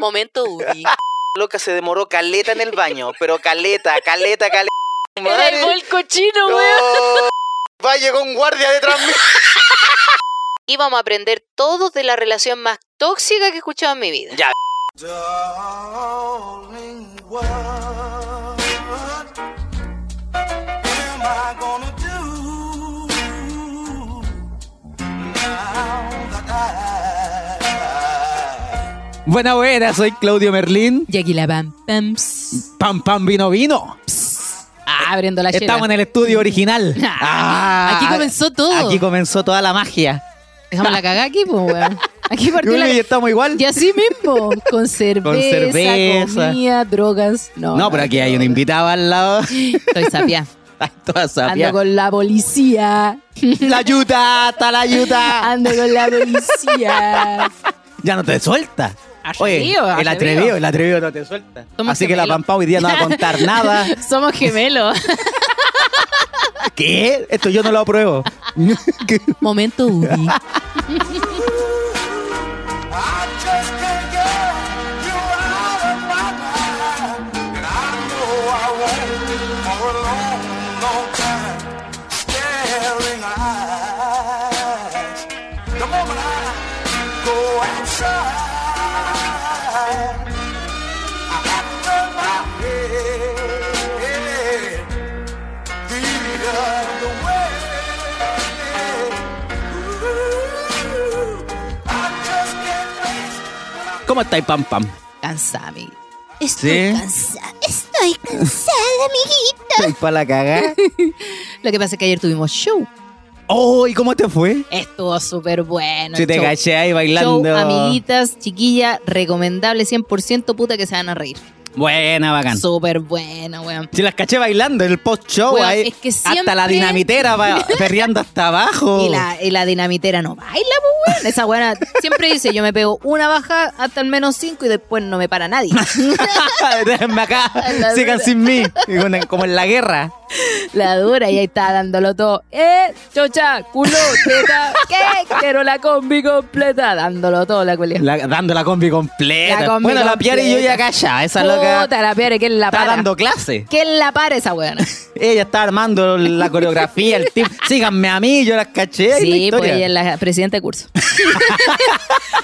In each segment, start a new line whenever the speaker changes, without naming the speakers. Momento Udi.
Loca se demoró caleta en el baño, pero caleta, caleta, caleta.
Era el gol cochino, weón.
Va, llegó un guardia detrás mío.
Y vamos a aprender todos de la relación más tóxica que he escuchado en mi vida.
Ya.
Darling, what am I gonna do now that I
Buena, buena, soy Claudio Merlín.
Y aquí la pam, pam, ps,
Pam, pam, vino, vino.
ps. Ah, abriendo la
Estamos en
llena.
el estudio original.
Ah, aquí comenzó todo.
Aquí comenzó toda la magia.
Dejamos la cagada aquí, pues, weón. Aquí
Y,
partió la...
bueno, y estamos igual.
Y así mismo, con cerveza, con
cerveza.
comida, drogas. No,
No, pero aquí hay una invitada al lado.
Estoy sapia.
Ay, toda
Ando
sapia.
con la policía.
La ayuda, está la ayuda.
Ando con la policía.
Ya no te suelta.
Atrevido,
Oye, el
atrevido. este
atrevido, el atrevido no te suelta.
Somos
Así que la
gemelos.
pampa hoy día no va a contar nada.
Somos gemelos.
¿Qué? Esto yo no lo apruebo.
Momento Udi.
do? I just can't get you out of my mind, and I know I won't for a long, long time. Staring eyes, the moment I go outside, I have to turn my head the other way. Ooh, I just can't face
¿Cómo estáis, pam, pam?
Cansada, amigo.
Sí.
Estoy cansada, amiguito.
Estoy para la cagada.
Lo que pasa es que ayer tuvimos show.
Oh, ¿y cómo te fue?
Estuvo súper bueno.
Si
el
te
show.
caché ahí
Show,
bailando.
amiguitas, chiquilla, recomendable 100%, puta que se van a reír.
Buena, bacán.
Súper bueno, weón.
Si las caché bailando en el post-show,
Weón,
ahí.
es que
Hasta la
siempre-
dinamitera va perreando hasta abajo.
Y la, y la dinamitera no baila, pues, weón. Esa weona siempre dice, yo me pego una baja hasta al menos cinco y después no me para nadie.
Déjenme acá,
La
sigan
dura.
sin mí, Y con- como en la guerra.
La dura, y ahí está dándolo todo. ¡Eh! ¡Chocha! ¡Culo! ¡Teta! ¿Qué? Quiero la combi completa. Dándolo todo, la culia.
La- dando la combi completa.
La combi
bueno, la
completa.
Piari y yo ya callada. Esa loca
Puta la piedra, ¿quién la
está
para?
dando clase.
¿Quién la para esa weona?
Ella está armando la coreografía, el tip. Síganme a mí, yo las caché. ahí la
Sí, pues
historia.
ella es la presidenta de curso.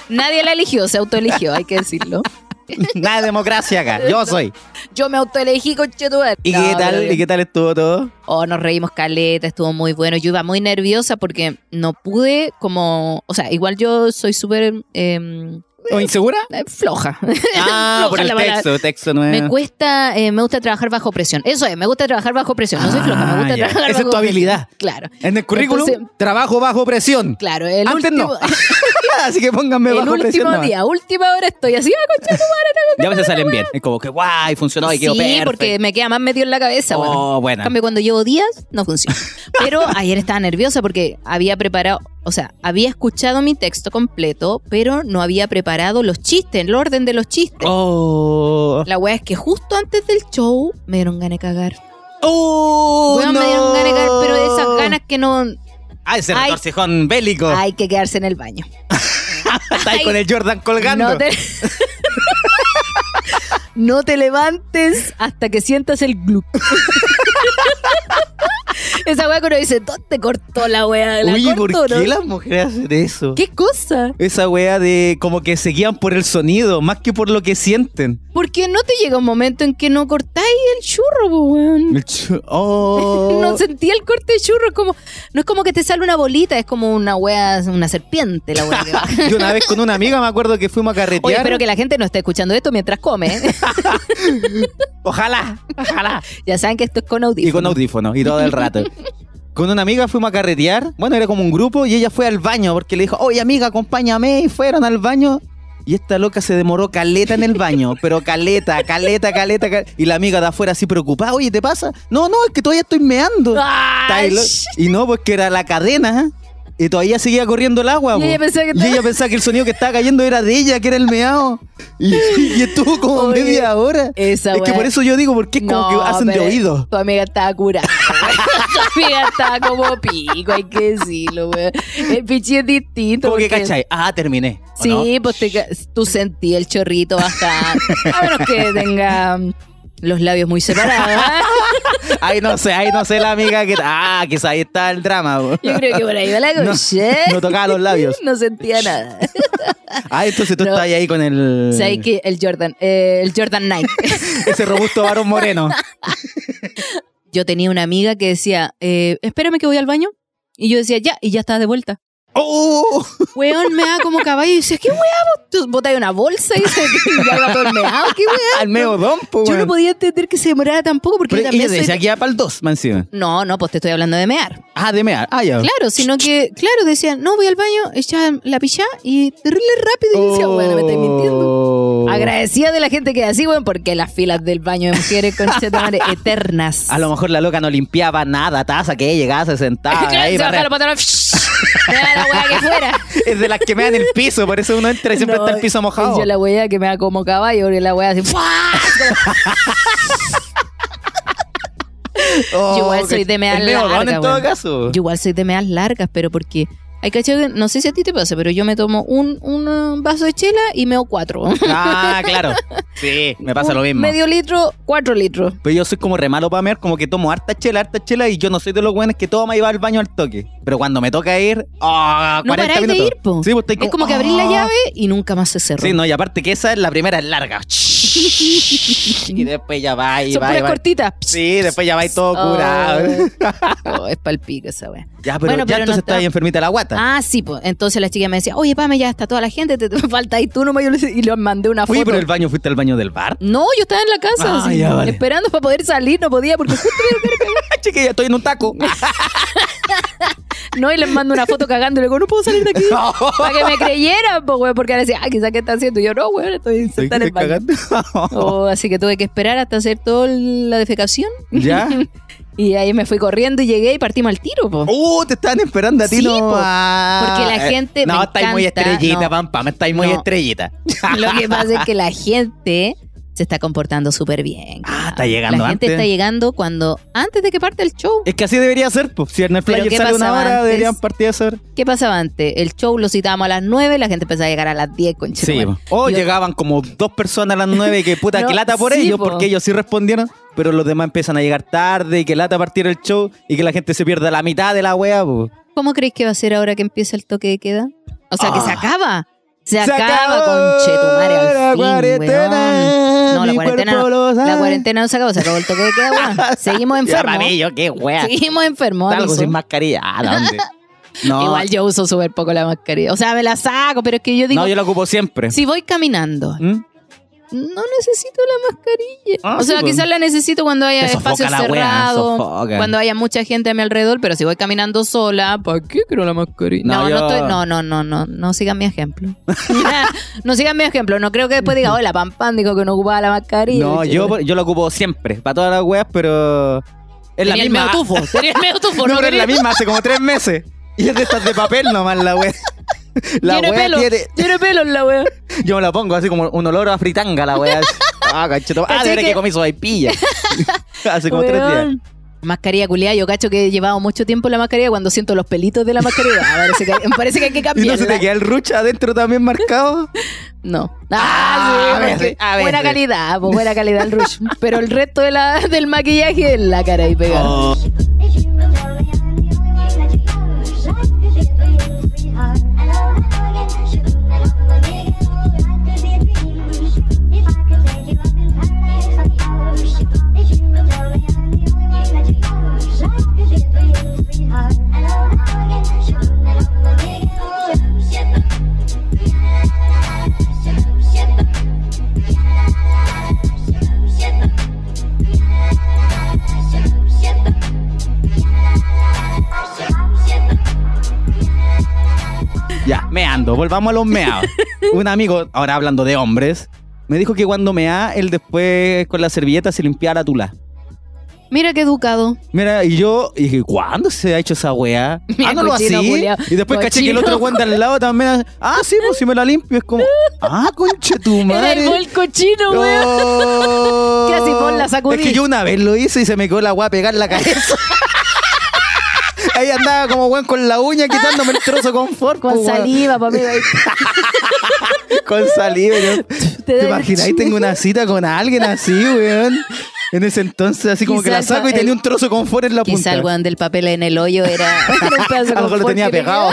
Nadie la eligió, se autoeligió, hay que decirlo.
Nada de democracia acá. Yo soy.
Yo me autoelegí con
¿Y qué tal? ¿Y qué tal estuvo todo?
Oh, nos reímos caleta, estuvo muy bueno. Yo iba muy nerviosa porque no pude como... O sea, igual yo soy súper eh,
¿O insegura?
eh, floja.
Ah,
Floja
por el
la palabra.
texto, texto nuevo.
Me cuesta, eh, me gusta trabajar bajo presión. Eso es, me gusta trabajar bajo presión. No soy floja, me gusta
Ah, ya.
trabajar
Esa es
bajo
tu
presión.
habilidad.
Claro,
En el currículum,
Entonces-
trabajo bajo presión.
claro. El
Antes
último,
no. Así que pónganme
el
bajo presión.
último
nomás.
día, última hora estoy así, ah, concha tu madre, tengo
Ya a veces salen bien. Es como que guay, funcionó y quedó
sí,
perfecto.
porque me queda más metido en la cabeza.
Oh,
bueno.
buena.
En cambio, cuando llevo días, no funciona. Pero ayer estaba nerviosa porque había preparado, o sea, había escuchado mi texto completo, pero no había preparado los chistes, el orden de los chistes.
Oh.
La weá es que justo antes del show me dieron ganas de cagar.
Oh,
Weón, me dieron ganas de cagar, pero de esas ganas que no.
Ah, ese
Ay.
retorcijón bélico.
Hay que quedarse en el baño.
Está ahí
ay.
con el Jordan colgando.
No te... No te levantes hasta que sientas el glup. Esa weá que uno dice, ¿dónde cortó la weá? ¿La
Uy, ¿por
cortó, no?
qué las mujeres hacen eso?
¿Qué cosa?
Esa wea de como que se guían por el sonido, más que por lo que sienten.
Porque no te llega un momento en que no cortáis el churro, po, weón.
El chu- Oh.
No sentí el corte de churro, es como, no es como que te sale una bolita, es como una weá, una serpiente la weá que baja.
Yo una vez con una amiga me acuerdo que fuimos a carretear.
Oye, espero que la gente no esté escuchando esto mientras come. ¿eh?
Ojalá, ojalá.
ya saben que esto es con
Y
audífonos.
con audífonos y todo el rato. Con una amiga fuimos a carretear. Bueno, era como un grupo y ella fue al baño porque le dijo, oye amiga, acompáñame. Y fueron al baño. Y esta loca se demoró caleta en el baño, pero caleta, caleta, caleta, cal- Y la amiga de afuera así preocupada, oye, ¿te pasa? No, no, es que todavía estoy meando.
¡Ah!
Está ahí lo- Y no, pues que era la cadena. Y todavía seguía corriendo el agua.
Y
po.
ella pensaba que
Y
estaba-
ella pensaba que el sonido que estaba cayendo era de ella, que era el meao. Y, y estuvo como
Oye,
media hora.
esa
es que
wea-
por eso yo digo, porque es como
No,
que hacen de
pero
oído.
Tu amiga estaba curada. tu amiga estaba como pico, hay que decirlo, weón. El pichi es distinto.
Como que
porque-
cachai. Ah, terminé. ¿o no?
Sí, pues te ca- tú sentí el chorrito bajar. A menos que tenga mm, los labios muy separados. ¿eh?
Ahí no sé, ahí no sé la amiga que. Ah, quizá ahí está el drama. po.
Yo creo que por ahí va la
No,
cosa.
no tocaba los labios.
No sentía nada.
Ah, entonces tú
No.
estás ahí con el.
O sea, hay que el Jordan, eh, el Jordan Knight.
Ese robusto varón moreno.
Yo tenía una amiga que decía, eh, espérame que voy al baño. Y yo decía, ya, y ya estaba de vuelta.
¡Oh!
Weón, me da como caballo. Y decía, ¿qué weá? vos? Tú botáis una bolsa y se ya va todo meado, ¿Qué weá?
Al medio don, po,
Yo no
weón.
podía entender que se demorara tampoco porque
Pero
yo
ella
también soy-
decía que iba para el 2, más encima.
No, no, pues te estoy hablando de mear.
Ah, de mea. Ah, ya.
Claro, sino que, claro, decían, no, voy al baño, echaban la pichá y terrible rápido. Y yo decía, bueno, me estoy mintiendo.
Oh.
Agradecida de la gente que es así, bueno, porque las filas del baño de mujeres con madre eternas.
A lo mejor la loca no limpiaba nada, taza que llegaba, se sentaba.
Claro,
ahí,
se baja
barría.
los pantalones, me da la hueá que fuera.
es de las que me dan el piso, por eso uno entra y siempre
No,
está el piso mojado.
Yo la hueá que me da como caballo, y la hueá así, ¡fua!
Oh,
Yo igual soy de mear
el meodón
larga,
en todo
weón.
caso.
Yo igual soy de meas largas, pero porque. Hay cachado que, no sé si a ti te pasa, pero yo me tomo un, un eh, vaso de chela y meo cuatro.
Ah, claro. Sí, me pasa
Un
lo mismo.
Medio litro, cuatro litros.
Pero yo soy como re malo para mear, como que tomo harta chela, harta chela y yo no soy de los buenos que todo me iba al baño al toque. Pero cuando me toca ir, ah,
No
40
paráis de
minutos.
ir, po.
Sí, pues estoy
Es como que abrís la
ah.
llave y nunca más se cerró.
Sí, no, y aparte que esa es la primera es larga. y después ya va y
Son
va y
puras
va.
cortitas.
Sí, después ya va y todo
Oh.
curado.
Oh, es palpica esa wea.
Ya, pero
Bueno,
ya
pero no
entonces está
está-
ahí enfermita la guata.
Ah, sí, pues. Entonces la chica me decía, oye, Pame, ya está toda la gente, te, te falta ahí tú nomás. Yo le, y le mandé una
Uy,
foto.
pero el baño, ¿fuiste al baño del bar?
No, yo estaba en la casa,
Ah,
así,
ya, vale.
esperando para poder salir, no podía, porque justo
Chiquilla, estoy en un taco.
no, y les mando una foto cagándole, digo, no puedo salir de aquí. Para que me creyeran, pues, weón, porque ahora decía, ah, quizás qué está haciendo. Y yo, no, weón, estoy sentada en el baño. Oh, así que tuve que esperar hasta hacer toda la defecación.
¿Ya?
Y ahí me fui corriendo y llegué y partimos al tiro, po.
Uh, te estaban esperando a ti,
Sí,
no.
po,
Ah,
porque la
eh,
gente
No,
me
estáis muy
encanta,
estrellita,
no.
pam, pam, estáis muy
No.
estrellita.
Lo que pasa es que la gente se está comportando súper bien.
Ah,
¿no?
está llegando
La gente
antes.
está llegando cuando antes de que parte el show.
Es que así debería ser, pues. Si en el flyer
¿qué
sale una
pasaba
hora,
antes?
deberían partir a ser.
¿Qué pasaba antes? El show lo citábamos a las 9, la gente empezaba a llegar a las 10 con
Sí. O llegaban como dos personas a las nueve y que puta,
No,
que lata por
sí,
ellos,
po.
porque ellos sí respondieron, pero los demás empiezan a llegar tarde y que lata partir el show y que la gente se pierda la mitad de la wea, po.
¿Cómo creéis que va a ser ahora que empieza el toque de queda? O sea, que se
Ah.
acaba. Se,
Se
acaba,
acabó
conchetumare, al
la
fin,
cuarentena, Ah.
weón. No, la
mi
cuarentena
cuerpo
no,
lo sabe.
la cuarentena no se acabó, se acabó el toque de queda, weón. Seguimos
Ya,
enfermos.
mamillo, qué wea.
Seguimos enfermos.
Algo
aviso.
sin mascarilla. Ah, ¿de dónde? No,
Igual yo uso súper poco la mascarilla. O sea, me la saco, pero es que yo digo,
no, yo la ocupo siempre.
si voy caminando,
¿Mm?
no necesito la mascarilla.
Ah,
o
sí,
sea,
pues.
quizás la necesito cuando haya
Te sofoca
espacios
la wea,
cerrados,
sofoca.
cuando haya mucha gente a mi alrededor, pero si voy caminando sola, ¿para qué quiero la mascarilla?
No,
No, no,
yo-
estoy, no, no, no, no, no sigan mi ejemplo. no sigan mi ejemplo, no creo que después diga, oye, la Pam Pam dijo que no ocupaba la mascarilla.
No, yo, yo la ocupo siempre, para todas las weas, pero. Es la
Tenía el
misma.
medio tufo, tenía el medio tufo,
No,
no
pero es
quería-
la misma, hace como tres meses. Y es de estas de papel nomás la wea. La
tiene
wea
pelo,
tiene.
tiene pelo en la wea.
Yo me la pongo así como un olor a fritanga la wea. Ah, cacheto. Ah,
Caché
de verdad que
que-
comí sopaipilla. hace como tres días.
Weón. Mascarilla culiada, yo cacho que he llevado mucho tiempo la mascarilla cuando siento los pelitos de la mascarilla. Ah, parece, que, parece que hay que
Y
cambiarla.
no se te queda el rucha adentro también marcado.
No.
Ah,
Ah, sí,
a
porque
veces, a veces.
Buena calidad, pues buena calidad el rush. Pero el resto de la, del maquillaje es la cara ahí pegada.
Ya, meando, volvamos a los meados. Un amigo, ahora hablando de hombres, me dijo que cuando mea, él después con la servilleta se limpiaba la tula.
Mira qué educado.
Mira, y yo, y dije, ¿cuándo se ha hecho esa weá?
Mira,
ah, no lo
cochino,
así.
culiao.
Y después caché que el
Cochino.
otro weón de al lado también. hace, Ah, sí, pues si me la limpio. Es como, ah, conche tu
Era
madre.
el gol cochino, weón.
Oh.
Casi por la sacudí.
Es que yo una vez lo hice y se me quedó la weá a pegar la cabeza. Ahí andaba como weón con la uña quitándome el trozo con fork.
Con
pues, weón.
saliva, papi.
Con saliva. yo-
Te
¿Te,
da-
imaginas? Ahí tengo una cita con alguien así, weón. En ese entonces, así como que
Quizá
la saco y
el-
tenía un trozo con fork en la punta.
Quizá el weón del papel en el hoyo era. era un pedazo
A lo mejor lo
confort
tenía
que
pegado.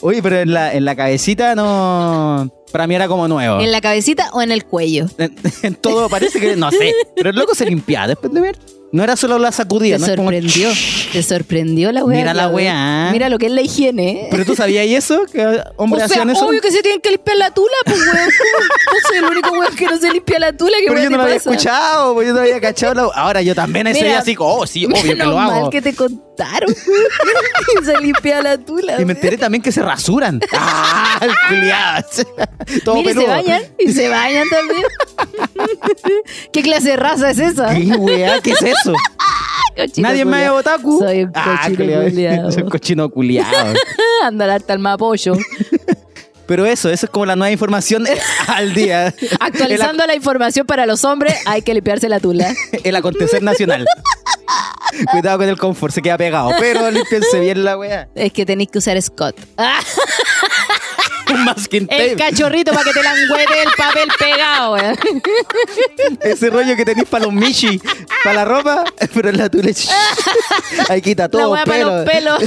Oye, pero en la, en la cabecita no. Para mí era como nuevo.
¿En
En,
la cabecita o en el cuello?
en todo parece que. No sé. Pero el loco se limpiaba después de ver. No era solo la sacudida,
Te
¿no? Es como-
sorprendió. Te sorprendió la weá.
Mira la
weá.
weá.
Mira lo que es la higiene. ¿eh?
Pero tú sabías eso? Que hombres
o sea,
hacían eso.
obvio que se tienen que limpiar la tula, pues weón. ¿Cómo? Yo soy el único weón que no se limpia la tula. ¿qué
Pero
weá
yo
te
no lo había
pasa?
escuchado, pues, yo no había cachado. la- Ahora yo también ese
Mira,
día así, como, oh, sí, obvio que
Menos
lo hago.
mal que te contaron, weón. que se limpia la tula.
Y me
weón.
enteré también que se rasuran. ¡Ah! el culiao. Todo
Mira, y se
peludo.
bañan. Y se bañan también. ¿Qué clase de raza es esa?
¿Qué weá? ¿Qué es eso?
Cochino
Nadie me
culiao.
ha otaku.
Soy un
Ah,
cochino
culiao.
culiao.
Soy un cochino culiao.
Andar hasta el mapollo.
Pero eso, eso es como la nueva información al día.
Actualizando la información para los hombres, hay que limpiarse la tula.
El, ac- el acontecer nacional. Cuidado con el confort, se queda pegado. Pero límpiense bien la weá.
Es que tenéis que usar Scott. Ah,
Un masking
el
tape.
cachorrito para que te langüete el papel pegado. weón.
Ese rollo que tenéis para los michi, para la ropa, pero en la tula. Ahí quita
La
todo.
weá para los pelos.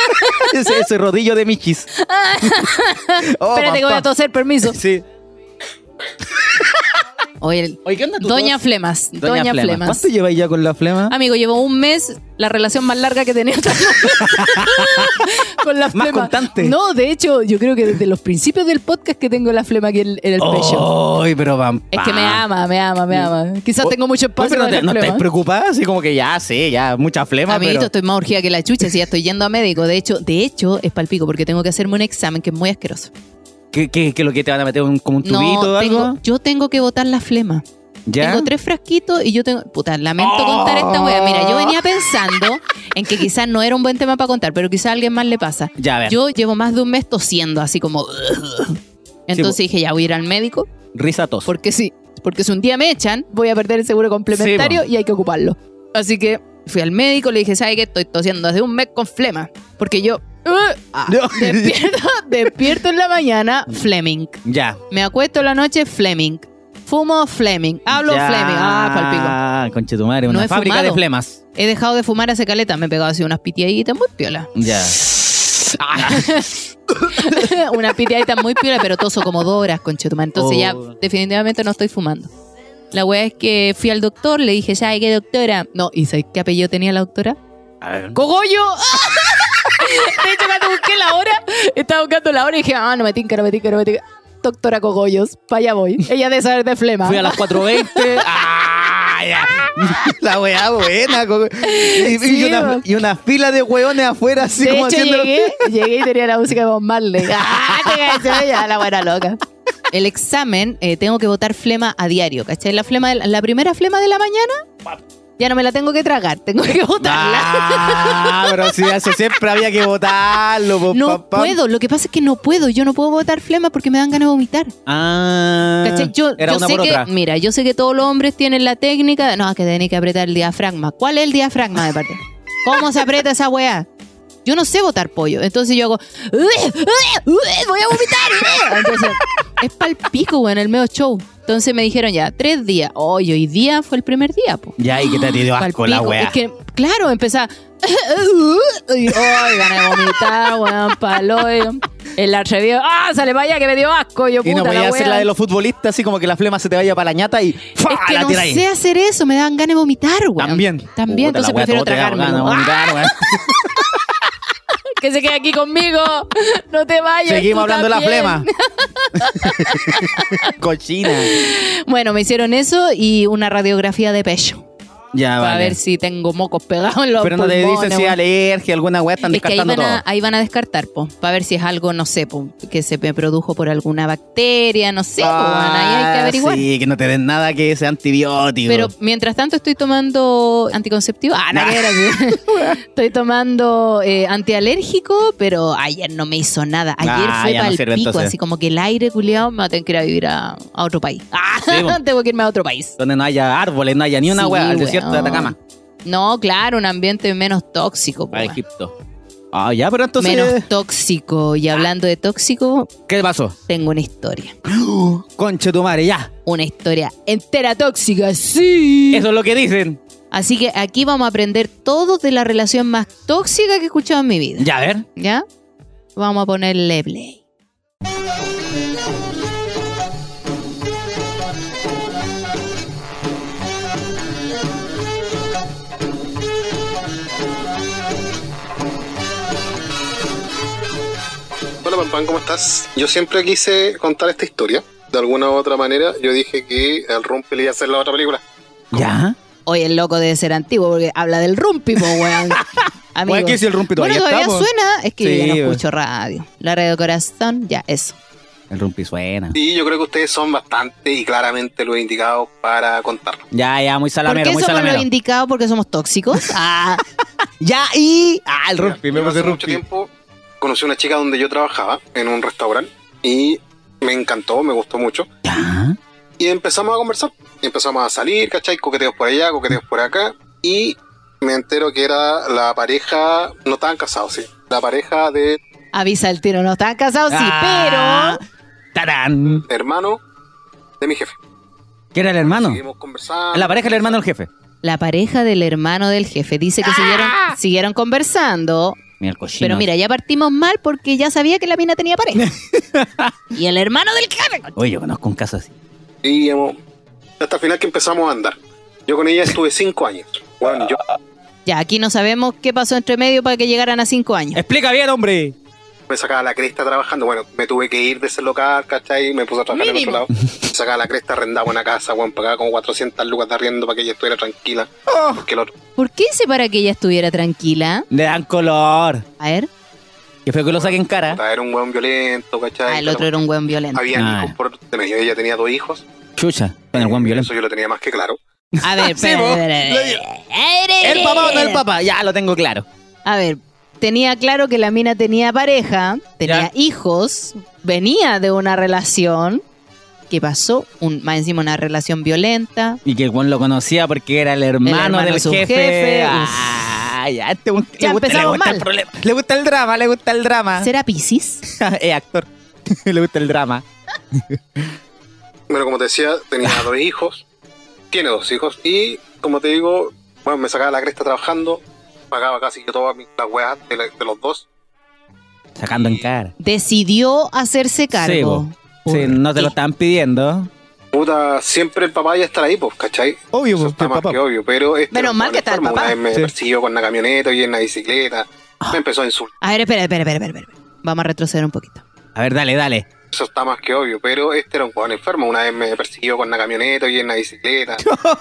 ese, ese rodillo de michis. Oh,
Espérate que voy a
papá.
toser, permiso.
Sí.
Oye, el-
Oye, ¿qué onda tu
Doña
tos?
Flemas. Doña, Flemas.
¿Cuánto lleváis ya con la flema?
Amigo, llevo un mes la relación más larga que he tenido hasta el momento. con la
Más
flema.
constante.
No, de hecho, yo creo que desde los principios del podcast que tengo la flema aquí en, en el pecho.
Ay, pero van.
Es que me ama, me ama, me ama. Quizás
O-
tengo mucho
Oye,
espacio
pero
para
no, te-
la
no estáis
flema.
preocupada, así como que ya, sí, ya, mucha flema,
Amiguito,
pero...
estoy más urgida que la chucha, si ya estoy yendo a médico. De hecho, de hecho, es palpico porque tengo que hacerme un examen que es muy asqueroso.
¿Qué, qué, qué es lo que te van a meter? ¿Un, ¿Como un tubito o
no,
algo?
tengo, yo tengo que botar la flema.
¿Ya? Oh.
Tengo tres frasquitos y yo tengo. Puta, lamento contar esta wea. Mira, yo venía pensando en que quizás no era un buen tema para contar, pero quizás a alguien más le pasa.
Ya, a ver.
Yo llevo más de un mes tosiendo, así como. Entonces
Sí,
dije, ya voy a ir al médico,
Risa tos.
porque sí. Porque si un día me echan, voy a perder el seguro complementario
Sí,
y hay que ocuparlo. Así que fui al médico, le dije, ¿sabe qué? Estoy tosiendo hace un mes con flema. Porque yo. ah,
No.
despierto, despierto en la mañana, Fleming.
Ya.
Me acuesto en la noche, Fleming. Fumo, Fleming. Hablo,
ya.
Fleming. Ah, palpico.
Ah, conche tu madre, una
No he
fábrica
fumado.
de flemas.
He dejado de fumar hace caleta. Me he pegado así unas pitiaditas muy piola.
Ya. Ah.
unas pitiaditas muy piola, pero toso como dos horas, conchetumán. Entonces
Oh.
ya, definitivamente no estoy fumando. La wea es que fui al doctor, le dije, ya, ¿y ¿qué doctora? No, ¿y sabes qué apellido tenía la doctora?
A ver.
¡Cogollo! De hecho, cuando busqué la hora, estaba buscando la hora y dije, ah, no me tinca, no me tinca, no me tinca. Doctora Cogollos, para allá voy. Ella debe saber de flema.
Fui a las 4.20. ¡Ah, ya! La weá buena. co- Y, y
Sí,
una,
weón.
y una fila de weones afuera, así
de
como
hecho,
haciendo...
llegué, llegué y tenía la música de Bob Marley. ¡Ah, te cachó! ya, la buena loca. El examen, eh, tengo que botar flema a diario, ¿cachai? La, flema de la, la primera flema de la mañana, ya no me la tengo que tragar, tengo que botarla.
Ah, pero si eso siempre había que botarlo. po,
no
pa, pa.
puedo, lo que pasa es que no puedo, yo no puedo botar flema porque me dan ganas de vomitar.
Ah.
¿Cachai? Yo,
era
yo
una
sé
por
que,
otra.
mira, yo sé que todos los hombres tienen la técnica de, no, que tienen que apretar el diafragma. ¿Cuál es el diafragma de parte? ¿Cómo se aprieta esa weá? Yo no sé botar pollo. Entonces yo hago, "Ugh, ugh, ugh, voy a vomitar. ugh". Entonces, es pal pico, weón, el medio show. Entonces me dijeron ya, tres días. Hoy, hoy día fue el primer día, po.
Ya, y que te dio asco la
Palpico.
weá.
Es que, claro, empezaba. y, ¡Ay, ganas de vomitar, weón, palo! El atrevido. ¡Ah, sale vaya que me dio asco! Yo,
Y
puta,
no podía
la
hacer
weá.
la de los futbolistas, así como que la flema se te vaya para la ñata y ¡fua!
Es que
la
no
tiráis.
sé hacer eso, me dan ganas de vomitar, güey.
También.
También,
Puta,
entonces
la weá,
prefiero
todo te da ganas
tragármelo.
de
¡Ah!
vomitar, weá.
Que se quede aquí conmigo. No te vayas.
Seguimos
tú
hablando de la
también.
flema. Cochina.
Bueno, me hicieron eso y una radiografía de pecho.
Ya,
para
Ah, vale.
ver si tengo mocos pegados en los
Pero no te
pulmones,
dicen si
weón.
alergia, alguna weá, están
es que ahí
descartando
van, a,
todo.
ahí van a descartar, po, para ver si es algo, no sé, po, que se me produjo por alguna bacteria, no sé, po, pues, weón, ahí hay que
Ah,
averiguar.
Sí, que no te den nada que sea antibiótico.
Pero mientras tanto estoy tomando anticonceptivo. Ah, no,
Nah.
que era así. estoy tomando eh, antialérgico, pero ayer no me hizo nada. Ayer
Ah,
fue
ya no
para el
sirve,
pico,
entonces.
así como que el aire culiado me va a tener que ir a vivir a, a otro país. Ah,
Sí, po.
tengo que irme a otro país.
Donde no haya árboles, no haya ni una
Sí,
weá, al desierto de
weón.
Atacama.
No, claro, un ambiente menos tóxico. po,
A
weón.
Egipto. Ah, ya, pero entonces.
Menos tóxico.
Ah.
Y hablando de tóxico,
¿Qué pasó?
tengo una historia.
Conche tu madre, ya.
Una historia entera tóxica, sí.
Eso es lo que dicen.
Así que aquí vamos a aprender todo de la relación más tóxica que he escuchado en mi vida.
Ya, a ver.
¿Ya? Vamos a ponerle play.
Hola Pampán, ¿cómo estás? Yo siempre quise contar esta historia. De alguna u otra manera, yo dije que el Rumple le iba a hacer la otra película.
Ya.
Oye, el loco debe ser antiguo porque habla del rumpi, po, weón. Amigo.
Oye, ¿qué hizo el rumpi
bueno,
todavía está,
todavía
po?
suena. Es que yo
Sí,
ya no
weón.
escucho radio. La radio corazón, ya, eso.
El rumpi suena.
Y yo creo que ustedes son bastante y claramente los indicados para contarlo.
Ya, ya, muy
¿Por
salamero,
qué
muy
somos
salamero.
los indicados? Porque somos tóxicos. Ah,
Ya, y. Ah, el rumpi, me
Yo
puse
hace
rumpi.
mucho tiempo conocí a una chica donde yo trabajaba, en un restaurante, y me encantó, me gustó mucho.
Ya.
Y empezamos a conversar. Empezamos a salir, ¿cachai? Coqueteos por allá, coqueteos por acá. Y me entero que era la pareja, no estaban casados, sí. La pareja de
avisa el tiro, no están casados, sí,
Ah, Tarán.
hermano de mi jefe.
¿Qué era el hermano?
Seguimos conversando.
Ah, La pareja del hermano del jefe.
pero la pareja del hermano del jefe dice
Ah.
que siguieron, siguieron conversando.
Mira el cochino.
Pero mira, ya partimos mal porque ya sabía que la mina tenía pareja. y el hermano del jefe.
Oye, yo conozco un caso así.
Y hemos- hasta el final que empezamos a andar. Yo con ella estuve cinco años. Bueno, yo
Ya, aquí no sabemos qué pasó entre medio para que llegaran a cinco años.
Explica bien, hombre.
me sacaba la cresta trabajando. Bueno, me tuve que ir de ese local, ¿cachai? Me puse a trabajar en otro lado. Me sacaba la cresta, arrendaba una casa, bueno, pagaba como 400 lucas de arriendo para que ella estuviera tranquila.
Oh.
Porque el otro.
¿Por qué hice para que ella estuviera tranquila?
Le dan color.
A ver.
Que fue que lo saquen cara.
puta, Era un weón violento, ¿cachai?
Ah, el otro era un buen violento.
Había
Ah.
hijos por de medio. Ella tenía dos hijos.
Chucha, con el buen violento.
Eso yo lo tenía más que claro.
A ver,
Sí,
espera,
vos.
espera,
Lo
espera. A ver,
¿El
eh,
papá o no el papá? Ya lo tengo claro.
A ver, tenía claro que la mina tenía pareja,
Ya.
tenía hijos, venía de una relación que pasó, un, más encima una relación violenta.
Y que el buen lo conocía porque era el hermano,
El hermano
del
de su
jefe.
jefe.
Ah, ya, este buen-
Ya
le gusta, le
empezamos
gusta
mal.
el problema. Le gusta el drama, le gusta el drama.
¿Será Piscis?
es actor. le gusta el drama.
Bueno, como te decía, tenía dos hijos, tiene dos hijos, y como te digo, bueno, me sacaba la cresta trabajando, pagaba casi que todas mis- las weas de, la- de los dos.
Sacando en cara.
Decidió hacerse cargo.
vos. Sí, no te lo
¿Por qué?
estaban pidiendo.
Puta, siempre el papá ya estará ahí, pues, ¿cachai?
Obvio,
Eso está más que obvio, pero este
Menos
era un
mal que está el
enfermo.
papá. Ah.
Una vez me
Sí.
persiguió con la camioneta y en la bicicleta, me empezó a insultar,
A ver, espera, espera, espera, espera. espera. Vamos a retroceder un poquito.
A ver, dale, dale.
eso está más que obvio, pero este era un weón enfermo, una vez me persiguió con la camioneta y en la bicicleta,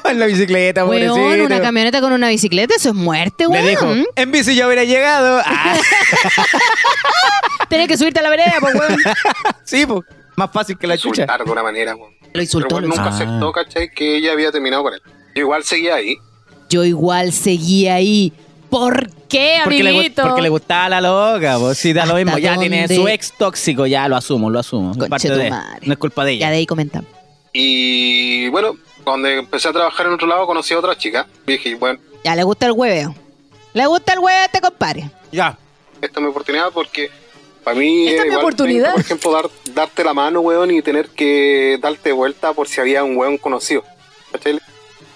en la bicicleta,
Weón,
pobrecito.
una camioneta con una bicicleta, eso es muerte,
Le
weón. ¿Mm?
dijo, en bici ya hubiera llegado. Ah,
Tenés que subirte a la vereda, pues, weón.
sí, pues. Más fácil que la chucha.
insultar de una manera, weón.
Lo
Pero
insultó.
weón,
lo insultó.
nunca
Ah.
aceptó, ¿cachai? Que ella había terminado con él. Yo igual seguía ahí,
Yo igual seguí ahí. ¿Por qué,
Porque le, gu-
amiguito?
porque le gustaba la loca, pues sí, da lo
¿Hasta
mismo. Ya tiene
dónde?
su ex tóxico, ya lo asumo, lo asumo. Es
Conche
parte
tu
de-
madre.
no es culpa de
Ya
ella.
de ahí comentamos.
Y bueno, cuando empecé a trabajar en otro lado conocí a otra chica. Y dije, bueno,
Ya le gusta el hueveo. Le gusta el hueveo a este compadre.
Ya.
esta es mi oportunidad porque para mí
Esta es
era
mi
igual
oportunidad.
penca, por ejemplo, dar- darte la mano, weón, y tener que darte vuelta por si había un weón conocido. ¿Cachai?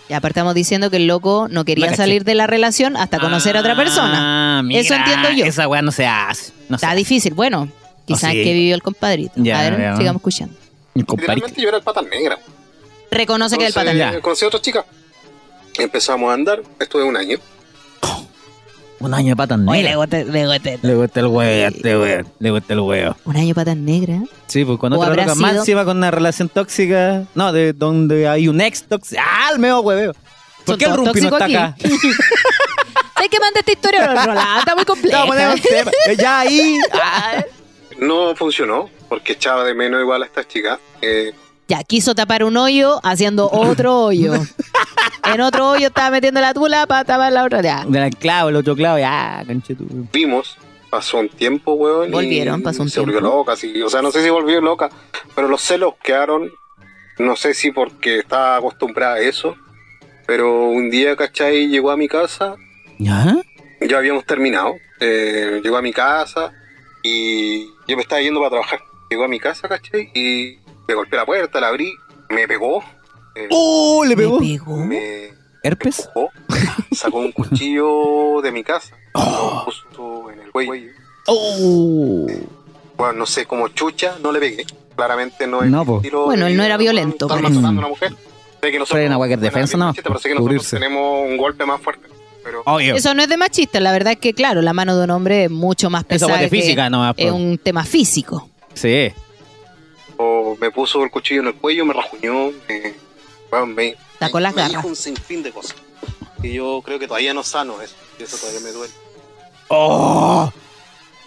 Ya apartamos diciendo que el loco no quería
caché.
salir de la relación hasta conocer a otra persona.
Ah, mira,
Eso entiendo yo.
Esa weá no se hace. No se
Está difícil. Bueno, quizás
sí.
que vivió el compadrito.
Ya,
a ver,
ya.
sigamos escuchando.
hace. Compadre.
Literalmente yo era el pata negra.
Reconoce que es el
Entonces,
patán.
patán. Ya.
Conocí a otra chica. Empezamos a andar, estuve un año.
Un año de patas negras.
Oye, le gusta, le gusta el-
Le gusta el huevo, este huevo. Le gusta el huevo.
Un año patán negra.
Sí, pues con
O
otra
habrá
loca más
sido-
encima con una relación tóxica. No, de donde hay un ex tóxico. ¡Ah, el meo hueveo! ¿Por
Son
qué el
todos
Rumpi no
tóxicos
está
aquí.
acá?
Sé que manda esta historia, pero Rolanda está muy
No,
compleja.
ponemos tema. ya ahí. ah,
No funcionó, porque echaba de menos igual a esta chica. Eh,
Ya quiso tapar un hoyo haciendo otro hoyo. En otro hoyo estaba metiendo la tula para tapar la otra. Ya.
Del clavo, el otro clavo, ya, conchetu.
vimos, pasó un tiempo, weón. y
Volvieron, pasó un
se volvió
tiempo.
loca, sí. O sea, no sé si volvió loca, pero los celos quedaron. No sé si porque estaba acostumbrada a eso, pero un día, ¿cachai? Llegó a mi casa
¿Ya?
ya habíamos terminado. Eh, llegó a mi casa y yo me estaba yendo para trabajar. Llegó a mi casa, ¿cachai? Y me golpeé la puerta, la abrí, me pegó, Eh,
¡Oh! Le pegó.
Me pegó.
me
¿Herpes?
empujó, sacó un cuchillo de mi casa, lo puso en el cuello.
¡Oh!
Bueno, no sé, como chucha, no le pegué. Claramente no es
No,
mi
po.
estilo
Bueno,
de
él no
vida,
era violento,
Estar
parece.
razonando a una mujer. Sé que nosotros,
Fue una cualquier
bueno,
defensa,
bien
no,
machista, pero sé que nosotros
cubrirse.
tenemos un golpe más fuerte. Pero
Obvio.
Eso no es de machista, la verdad es que, claro, la mano de un hombre es mucho más
Esa
pesada.
guate
que-
física pues. nomás. po.
Es un tema físico.
Sí.
o me puso el cuchillo en el cuello, me rajuñó, me, bueno, me,
Sacó las
me
garras.
dijo un sinfín de cosas. Y yo creo que todavía no sano eso. Y eso todavía me duele.
¡Oh!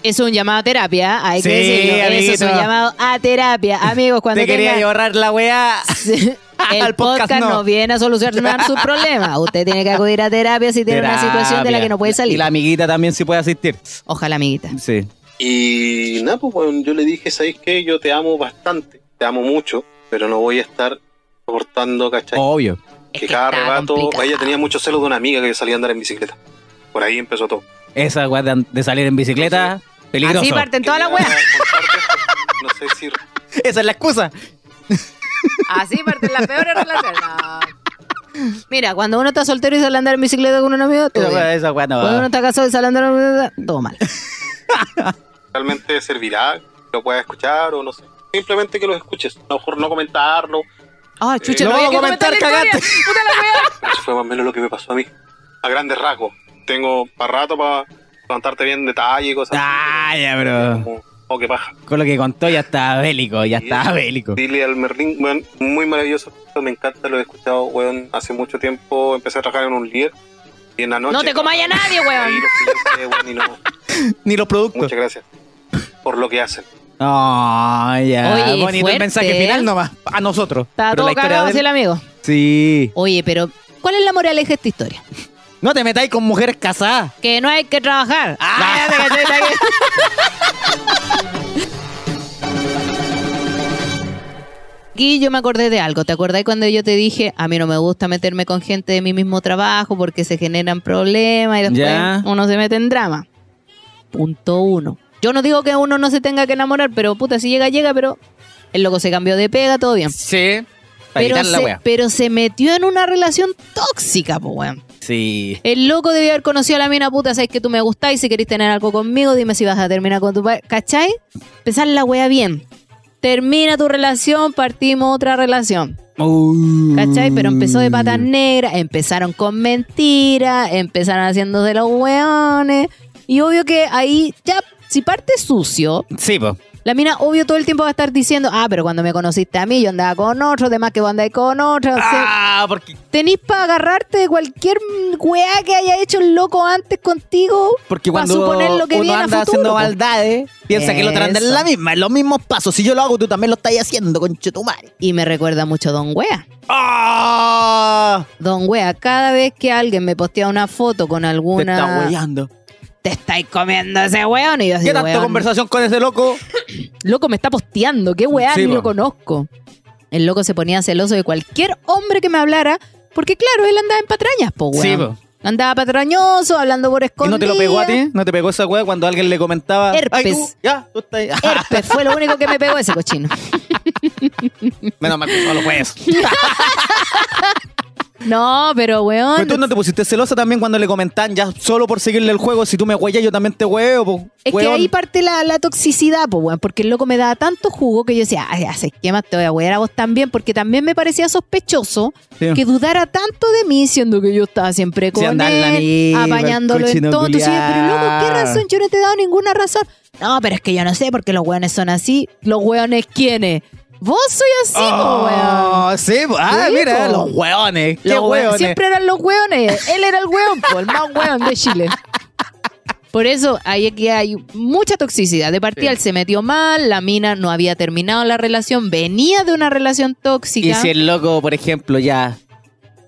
Eso es un llamado a terapia, hay
Sí,
que decirlo. Eso es un
amiguito.
llamado a terapia. Amigos, cuando
Te quería
tengan-
ahorrar la weá.
el
Al
podcast,
podcast
no.
no.
viene a solucionar su problema. Usted tiene que acudir a terapia si tiene una situación de la que no puede salir.
Y la amiguita también sí puede asistir.
Ojalá, amiguita.
Sí.
Y nada, pues bueno, yo le dije, ¿sabéis qué? Yo te amo bastante, te amo mucho, pero no voy a estar cortando, ¿cachai?
Obvio.
Oh, Es
que cada
está
rebato,
complicado.
ella tenía muchos celos de una amiga que salía a andar en bicicleta. Por ahí empezó todo.
Esa weá de, de salir en bicicleta, peligroso.
Así parten toda la
Quería
wea.
contarte esto. No sé si
Esa es la excusa.
Así parten las peores relaciones. No. Mira, cuando uno está soltero y sale a andar en bicicleta con un amigo, todo
Esa
bien.
weá, esa weá no
Cuando uno
va.
está casado y sale a andar en bicicleta, todo mal.
realmente servirá, lo puedas escuchar o no sé. Simplemente que los escuches, a lo mejor no comentarlo,
Ah, chucha,
No
no,
vamos
había
a
que
comentar,
la historia.
cagaste.
Puta la wea.
Pero Eso fue más o menos lo que me pasó a mí. A grandes rasgos. Tengo para rato para contarte bien detalle y cosas.
Ah,
así,
ya,
pero
bro.
Como, oh, qué paja.
Con lo que contó ya estaba bélico, ya
Sí,
estaba
eso.
bélico.
Dile al Merlín, weón, muy maravilloso. Me encanta, lo he escuchado, weón. Hace mucho tiempo empecé a trabajar en un líder. Y en la noche.
No te comáis a nadie,
Ahí
weón.
los clientes, weón, y no.
Ni los productos.
Muchas gracias por lo que hacen.
Ah, ya.
Oye,
Bonito
fuerte,
el mensaje
¿eh?
final nomás. A nosotros.
Estaba
Pero la
todo
historia
cagado
de
así
él-
el amigo.
Sí.
Oye, pero ¿cuál es la moraleja de esta historia?
No te metáis con mujeres casadas.
Que no hay que trabajar.
Ah, ya te caché, ya que-
Aquí yo me acordé de algo. ¿Te acordás cuando yo te dije, a mí no me gusta meterme con gente de mi mismo trabajo porque se generan problemas y después
Ya.
uno se mete en drama? Punto uno. Yo no digo que uno no se tenga que enamorar, pero puta, si llega, llega, pero el loco se cambió de pega, todo bien.
Sí. Para
Pero
evitar la
se,
wea.
pero se metió en una relación tóxica, pues weón.
Sí.
El loco debió haber conocido a la mina puta, sabes que tú me gustás y si querés tener algo conmigo, dime si vas a terminar con tu pa- ¿Cachai? Empezar la wea bien. Termina tu relación, partimos otra relación. ¿Cachai? Pero empezó de patas
Mm.
negras, empezaron con mentiras, empezaron haciendo de los weones. Y obvio que ahí ya, si parte sucio,
Sí, po.
la mina obvio todo el tiempo va a estar diciendo, ah, pero cuando me conociste a mí, yo andaba con otro, demás que vos andáis con otro. o sea,
Ah, porque,
tenís para agarrarte de cualquier weá que haya hecho el loco antes contigo.
porque
Pa'
cuando
suponer lo que
uno
viene a
anda
futuro,
haciendo
po.
maldades, piensa que el otro anda en
Eso.
la misma, en los mismos pasos. Si yo lo hago, tú también lo estás haciendo, conchetumare.
Y me recuerda mucho a Don Wea.
¡Ah!
Don Wea, cada vez que alguien me postea una foto con
Te
alguna.
estás weyando.
Te estáis comiendo ese weón. Y yo así,
¿Qué tanto
"Weón,
conversación con ese loco?
Loco, me está posteando. Qué weá,
Sí,
ni lo
po.
conozco. El loco se ponía celoso de cualquier hombre que me hablara. Porque claro, él andaba en patrañas, po, weón.
Sí, po.
Andaba patrañoso, hablando por
¿Y no
escondido.
te lo pegó a ti? ¿No te pegó esa wea cuando alguien le comentaba?
Herpes.
"Ay, tú, ya, tú estás ahí"?
Herpes Este fue lo único que me pegó ese cochino.
Menos mal que no lo puedes.
No, pero weón.
Pero Pues tú no te pusiste celosa también cuando le comentan ya solo por seguirle el juego, si tú me huellas yo también te huevo, po,
Es que
weón.
ahí parte la, la toxicidad, pues, weón, porque el loco me daba tanto jugo que yo decía, ay, hace que más te voy a wear a vos también, porque también me parecía sospechoso
Sí.
que dudara tanto de mí, siendo que yo estaba siempre con
andaba en la
él,
misma, el
apañándolo en
cochino
todo. Entonces, yo, pero loco, ¿qué
culiao".
razón? Yo no te he dado ninguna razón. No, pero es que yo no sé porque los weones son así. ¿Los weones quiénes? Vos soy así, po,
Oh,
weón.
Ah, sí, po. ah,
Sí,
mira,
po.
los hueones. Qué
Los hue-
hueones.
Siempre eran los hueones. Él era el hueón, po, el más hueón de Chile. Por eso ahí aquí hay mucha toxicidad. De partida él se metió mal, la mina no había terminado la relación, venía de una relación tóxica.
Y si el loco, por ejemplo, ya.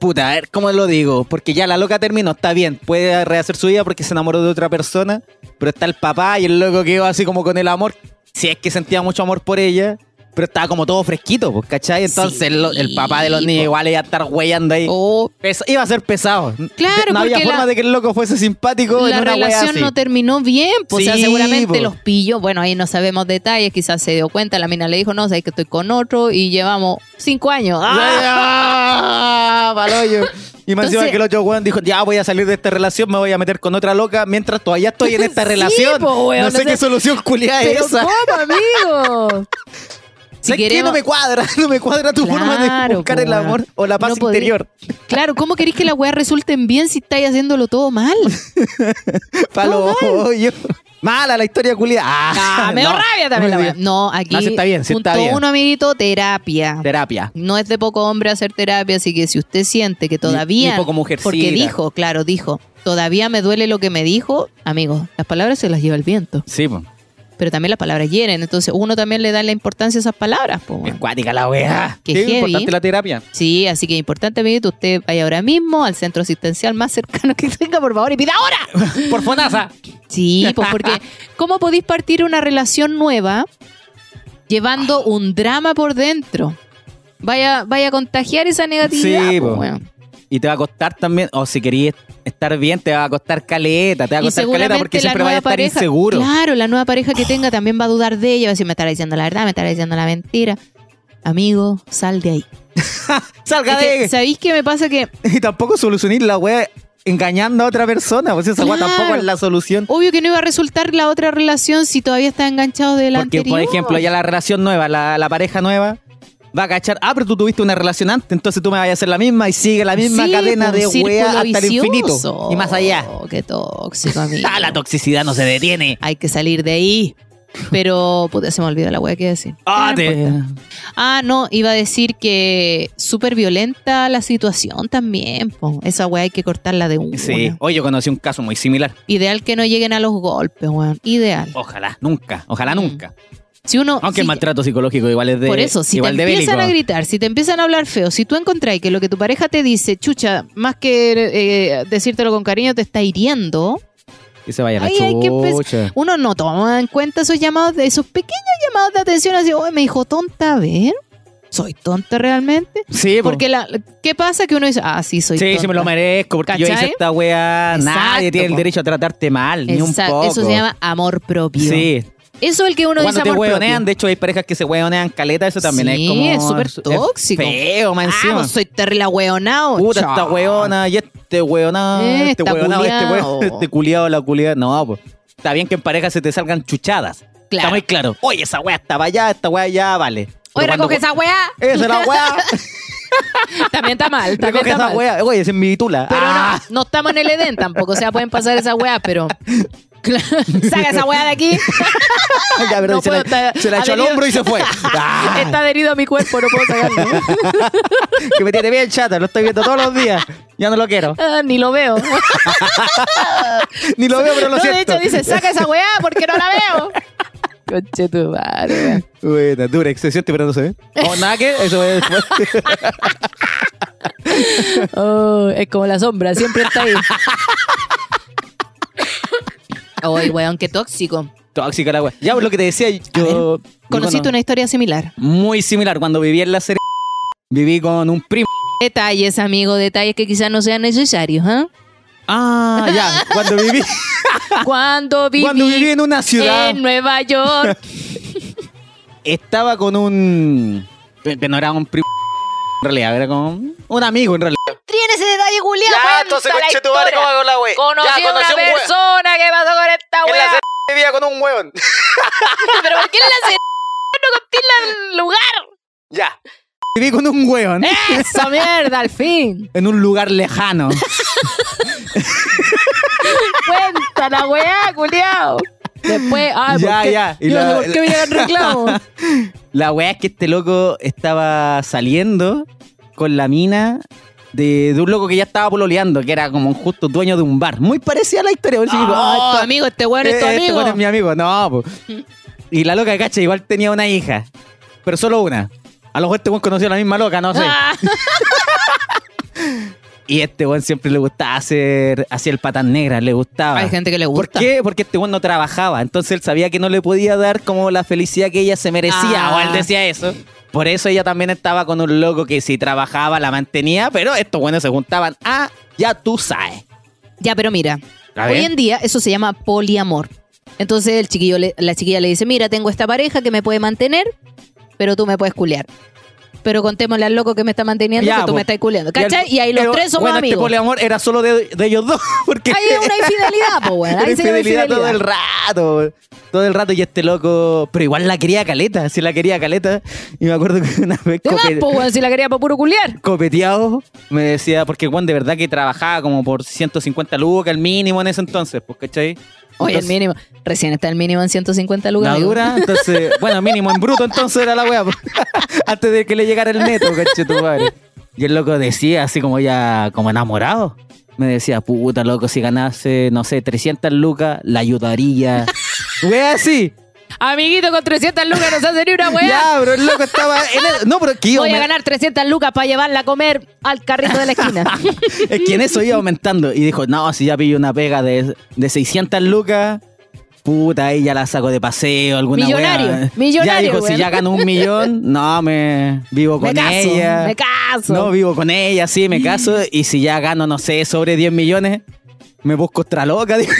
Puta, a ver cómo lo digo. Porque ya la loca terminó, está bien. Puede rehacer su vida porque se enamoró de otra persona. Pero está el papá y el loco quedó así como con el amor. Si es que sentía mucho amor por ella. Pero estaba como todo fresquito, pues, ¿cachai? Entonces
Sí,
el, lo- el papá de los
po.
niños igual iba a estar huellando ahí.
O
Pes- iba a ser pesado.
Claro,
No había
porque la-
forma de que el loco fuese simpático en
la
una wea
relación
así.
no terminó bien, pues, o sea,
Sí,
seguramente
po.
los pilló. Bueno, ahí no sabemos detalles, quizás se dio cuenta, la mina le dijo, no, sabes que estoy con otro y llevamos cinco años. ¡Ah!
¡Ah! Paloyo. Y me encima
Entonces-
que el otro weón dijo, ya voy a salir de esta relación, me voy a meter con otra loca mientras todavía estoy en esta
Sí,
relación.
po, weón,
no sé
o sea,
qué solución culiada es
Ah, Pero
esa.
¿cómo, amigo?
¿Sabes qué?
queremos-
No me cuadra, no me cuadra tu forma de
Claro,
buscar
po,
el amor
weón.
o la paz
No podría-
interior.
Claro, ¿cómo queréis que las weas resulten bien si estáis haciéndolo todo mal?
Paloyo. Mala la historia culiada. Ah,
Ah, me dio
no,
rabia también
no
la
me
wea.
digas.
No, aquí.
No, sí está bien, sí está
punto
bien.
uno, amiguito, terapia.
Terapia.
No es de poco hombre hacer terapia, así que si usted siente que todavía.
ni poco mujercita.
Porque dijo, claro, dijo, todavía me duele lo que me dijo. Amigo, las palabras se las lleva el viento,
Sí, po.
pero también las palabras hieren. Entonces uno también le da la importancia a esas palabras, po,
Es
weón.
cuática la wea.
Qué
Sí,
heavy.
importante la terapia.
Sí, así que importante, amiguito, usted vaya ahora mismo al centro asistencial más cercano que tenga, por favor, y pida ahora.
Por fonaza.
Sí, pues porque ¿cómo podéis partir una relación nueva llevando
Ah.
un drama por dentro? Vaya, vaya a contagiar esa negatividad.
Sí,
pues,
po.
weón.
Y te va a costar también, o si querías estar bien, te va a costar caleta, te va a
Y
costar caleta porque
seguramente la
siempre vas a
nueva
estar
pareja,
inseguro.
claro, la nueva pareja que tenga también va a dudar de ella, va a decir, me estará diciendo la verdad, me estará diciendo la mentira. Amigo, sal de ahí.
Salga
Es que,
de
¿Sabéis qué me pasa? Que
Y tampoco solucionar la wea engañando a otra persona, pues esa wea
Claro.
tampoco es la solución.
obvio que no iba a resultar la otra relación si todavía está enganchado de la
Porque, por
anterior.
ejemplo, ya la relación nueva, la, la pareja nueva, va a cachar, ah, pero tú tuviste una relación antes, entonces tú me vas a hacer la misma y sigue la misma
Sí,
cadena
po, un
de
círculo
wea hasta el
vicioso.
infinito y más allá.
Oh, Qué tóxico, amigo.
Ah, la toxicidad no se detiene.
hay que salir de ahí. Pero, puta, se me olvidó la weá que iba a decir.
Ah,
No
te-
importa. Ah, no, iba a decir que súper violenta la situación también. po. Esa weá hay que cortarla de una.
Sí, hoy yo conocí un caso muy similar.
Ideal que no lleguen a los golpes, weón. Ideal.
Ojalá, nunca, ojalá
Mm.
nunca.
Si uno.
Aunque el
si-
maltrato psicológico igual es de.
por eso, si te
igual de
empiezan
bélico.
a gritar, si te empiezan a hablar feo, si tú encontrás que lo que tu pareja te dice, chucha, más que eh, decírtelo con cariño, te está hiriendo,
Que se vaya la
Ahí hay que empezar-
chucha.
uno no toma en cuenta esos llamados, de, esos pequeños llamados de atención, así, oye, me dijo tonta, a ver, ¿soy tonta realmente?
Sí, po.
Porque la, ¿qué pasa? Que uno dice, ah, sí, soy
Sí,
tonta.
sí me lo merezco, porque yo hice
¿Cachai?
esta weá.
Exacto,
Nadie tiene el
po.
derecho a tratarte mal, ni un
Exacto,
poco.
Eso se llama amor propio.
Sí.
Eso es el que uno
Cuando
dice
te
amor
hueonean,
propio.
de hecho hay parejas que se hueonean caleta, eso también
Sí,
es como...
es súper tóxico.
Feo, más
Ah,
encima.
vos soy terrible ahueonao.
Puta,
Chao.
esta weona, y este weonado, este
Esta
weonado, este
culiao.
weón, este culiado, la culiada. No, pues. Está bien que en pareja se te salgan chuchadas. Está
Claro.
muy claro. Oye, esa weá estaba allá, esta weá ya vale.
Oye,
Pero cuando-
recoge esa weá.
Esa es la weá.
También está mal. También
Recoge
está
esa
mal.
weá. Oye, esa es mi tula.
Pero
Ah.
no, no estamos en el Edén tampoco. O sea, pueden pasar esa weá, pero. Saca esa weá de aquí.
Ya, pero
No
se,
puedo
la,
estar
se la echó al
adherido.
hombro y se fue. Ah,
Está adherido a mi cuerpo, no puedo sacarlo.
que me tiene bien chata, lo estoy viendo todos los días. Ya no lo quiero.
Ah, Ni lo veo.
Ni lo veo, pero lo
no, de
siento.
hecho dice, saca esa weá porque no la veo. Conche tu madre.
Buena, dura, se siente, pero no se ve. ¿eh? No, nada que, eso es.
Oh, es como la sombra, siempre está ahí. Ay, Oh, weón, qué tóxico.
Tóxica la wea. Ya, pues, lo que te decía, yo. yo
Conociste
cono-
una historia similar.
Muy similar. Cuando viví en la serie, viví con un primo.
Detalles, amigo, detalles que quizás no sean necesarios. ¿ah?
Ah, ya. Cuando viví,
Cuando viví,
cuando viví en una ciudad.
en Nueva York.
estaba con un. que no era un primo. En realidad, era con un amigo, en realidad.
Tiene ese detalle, Julián.
Ya, entonces, conche tu madre, ¿cómo hago la wey?
Conocí
Eh, ya,
a una
conocí un weón.
persona que pasó con esta
En la
weá.
serie vivía con un weón.
Pero ¿por qué en la serie no contiene el lugar?
Ya.
Viví con un weón.
Esa mierda, al fin.
En un lugar lejano.
Cuenta la weá, culiao. Después, ay,
Ya,
¿por qué?
ya, y
Yo no sé
la-
por qué me llegan reclamos.
La weá es que este loco estaba saliendo con la mina de, de un loco que ya estaba pololeando, que era como un justo dueño de un bar. Muy parecida a la historia. por eso digo,
Ah,
"Oh,
es tu amigo, este weón es tu
eh, este
amigo.
weón es mi amigo. No, po. Y la loca, cacha, igual tenía una hija. Pero solo una. A lo mejor este weón conoció a la misma loca, no sé.
Ah,
Y este weón siempre le gustaba hacer así el patán negra, le gustaba.
Hay gente que le
¿Por
gusta.
qué? Porque este weón no trabajaba. Entonces él sabía que no le podía dar como la felicidad que ella se merecía.
Ah.
O él decía eso. Por eso ella también estaba con un loco que si trabajaba la mantenía, pero estos buenos se juntaban a ya tú sabes.
Ya, pero mira,
A
hoy
ver.
en día eso se llama poliamor. Entonces el chiquillo le- la chiquilla le dice, mira, tengo esta pareja que me puede mantener, pero tú me puedes culear. Pero contémosle al loco que me está manteniendo
Ya,
que tú
po.
me estás culeando.
Y al-
¿Cachai? Y ahí los
pero,
tres somos
bueno, Este
amigos.
poliamor era solo de, de ellos dos. Porque
Ahí es una infidelidad, po, weón.
era
Ahí se llama
infidelidad
infidelidad.
todo el rato. Todo el rato. Y este loco. Pero igual la quería caleta. Sí, la quería caleta. Y me acuerdo que una vez
De más,
cope-
po, weón, si la quería para puro culear.
copeteado, me decía, porque Juan de verdad que trabajaba como por 150 lucas, el mínimo en ese entonces, pues, ¿cachai?
Oye, el
Entonces,
mínimo. Recién está el mínimo en 150
la
lugares.
dura, entonces, bueno, mínimo en bruto entonces era la wea, pues, antes de que le llegara el neto, ¿cachai? tu madre. Y el loco decía, así como ya, como enamorado, me decía, puta, loco, si ganase, no sé, 300 lucas, la ayudaría. Wea así.
Amiguito, con 300 lucas no se hace ni una weá.
Ya, pero el loco estaba... en el- No, pero es que iba
Voy a
aumen-
ganar 300 lucas para llevarla a comer al carrito de la esquina.
Eh, Es que en eso iba aumentando. Y dijo, no, si ya pillo una pega de, de 600 lucas, puta, ahí ya la saco de paseo, alguna
Millonario,
wea. Ya
millonario,
dijo,
weón.
si ya gano un millón, no, me vivo
me
con
caso,
ella.
me caso.
No, vivo con ella, sí, me caso. Y si ya gano, no sé, sobre 10 millones, me busco otra loca. dijo.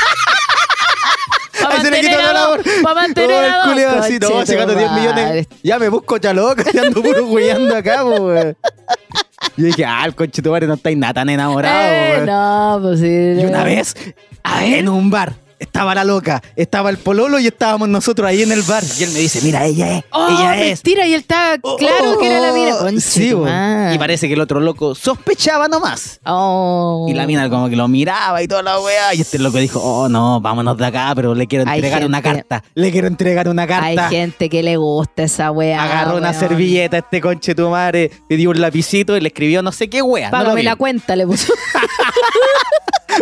Pa'
Ahí se le
mantener
quitó
a
la
dos,
labor.
pa' mantener
Oh,
a
el
dos.
culiao así, no, si gano 10 millones,
Conchetumare.
ya me busco otra loca, ya ando puro weyando acá, po, weón. Yo dije, ah, el conchetumare no estáis nada tan enamorado,
Eh,
weón.
no, pues sí.
Y una vez, a ver, Eh, en un bar, estaba la loca, estaba el pololo y estábamos nosotros ahí en el bar. Y él me dice, mira, ella es,
Oh,
ella es.
mentira, y él está
Oh,
claro que era la mina.
oh, Sí, bo.
Conchetumare.
y parece que el otro loco sospechaba nomás.
Oh.
Y la mina como que lo miraba y toda la weá. Y este loco dijo, oh no, vámonos de acá, pero le quiero
Hay
entregar una
gente-
carta. Le quiero entregar una
Hay
carta.
gente que le gusta esa weá.
Agarró una
weón.
servilleta este conche tu madre, le dio un lapicito y le escribió no sé qué wea. no lo
Págame
vi.
la cuenta, le puso.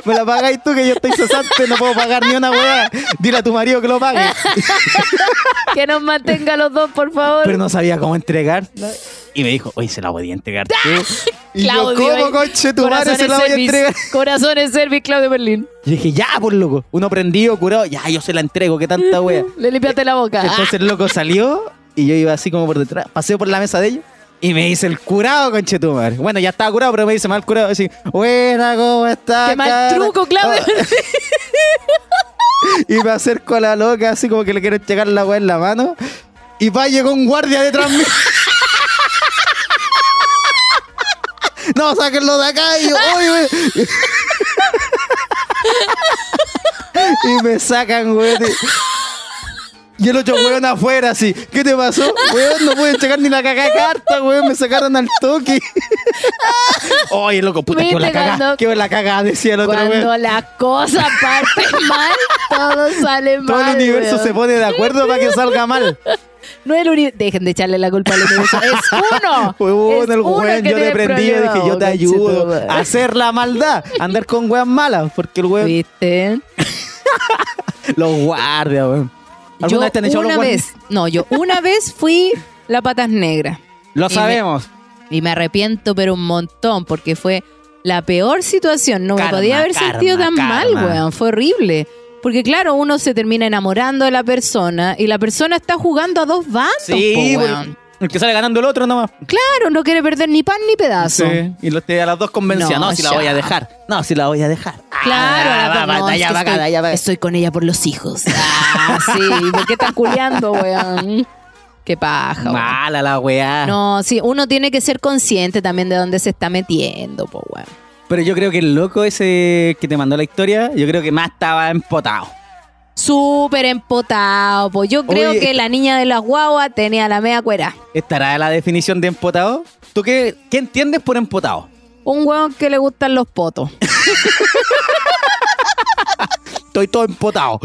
Me la pagáis tú que yo estoy cesante, no puedo pagar ni una weá. Dile a tu marido que lo pague.
que nos mantenga los dos, por favor.
pero no sabía cómo entregar. Y me dijo, oye, se la voy a entregar tú. Y yo,
¡Ah! Claudio, ahí.
¿cómo, conche, tu madre
Corazones
se la voy a
Service.
entregar?
Corazones Service, Claudio Berlín.
Y dije, ya, por loco. Uno prendido, curado, ya, yo se la entrego, qué tanta wea.
Le limpiaste la boca.
Entonces el loco salió y yo iba así como por detrás, paseo por la mesa de ellos. Y me dice el curado, conchetumar. Bueno, ya estaba curado, pero me dice mal curado. Así, buena, ¿cómo estás?
Ah, Qué mal
cara?" Ah.
truco, Claudio.
y me acerco a la loca, así como que le quiero llegar la weá en la mano. Y va, llegó un guardia detrás mío. no, sáquenlo de acá. Y yo, "Oye, wey". y me sacan, weón. y- Y el otro weón afuera, así. ¿Qué te pasó? Weón, no pueden checar ni la cagada carta, weón. Me sacaron al toque. Oye, loco, puta,
Viste
qué la
cuando-
cagada. Qué la cagada, decía el otro weón.
Cuando las cosas parten mal, todo sale mal.
Todo el universo
weón.
se pone de acuerdo para que salga mal.
No el uni- Dejen de echarle la culpa al universo. Es uno.
Fue
Es
bueno, el
uno
weón,
que
yo
tiene
te prendí, yo
problema,
dije, yo te
weón,
ayudo Ah,
conchetumare.
a hacer la maldad, a andar con weas malas, porque el weón
¿Viste?
los guardia, weón. ¿Alguna
Yo
vez te han echado
una
los guardias?
vez, no, yo una vez fui la patas negra
Lo
y me-
sabemos.
y me arrepiento pero un montón porque fue la peor situación. No me
Karma,
podía haber
karma,
sentido tan
karma.
mal, weón. Fue horrible. Porque claro, uno se termina enamorando de la persona y la persona está jugando a dos bandos,
Sí, pues.
po,
por-
weón.
el que sale ganando el otro nomás.
Claro, no quiere perder ni pan ni pedazo.
Sí, Y los te- a las dos convencía,
No,
no, si la voy
ya.
a dejar. No, si la voy a dejar. Ah,
Claro, a la
va,
per-
va,
no,
da,
es
ya,
que
va,
estoy,
da, ya, va.
estoy con ella por los hijos. Ah, sí, ¿por qué están culeando, weón? Qué paja, weón.
Mala la weá.
No, sí, uno tiene que ser consciente también de dónde se está metiendo, po, weón.
Pero yo creo que el loco ese que te mandó la historia, yo creo que más estaba empotado.
Súper empotado, po. Yo creo
Oye.
que la niña de las guaguas tenía la media cuera.
¿Estará la definición de empotado? ¿Tú qué, qué entiendes por empotado?
Un weón que le gustan los potos.
Estoy todo empotado.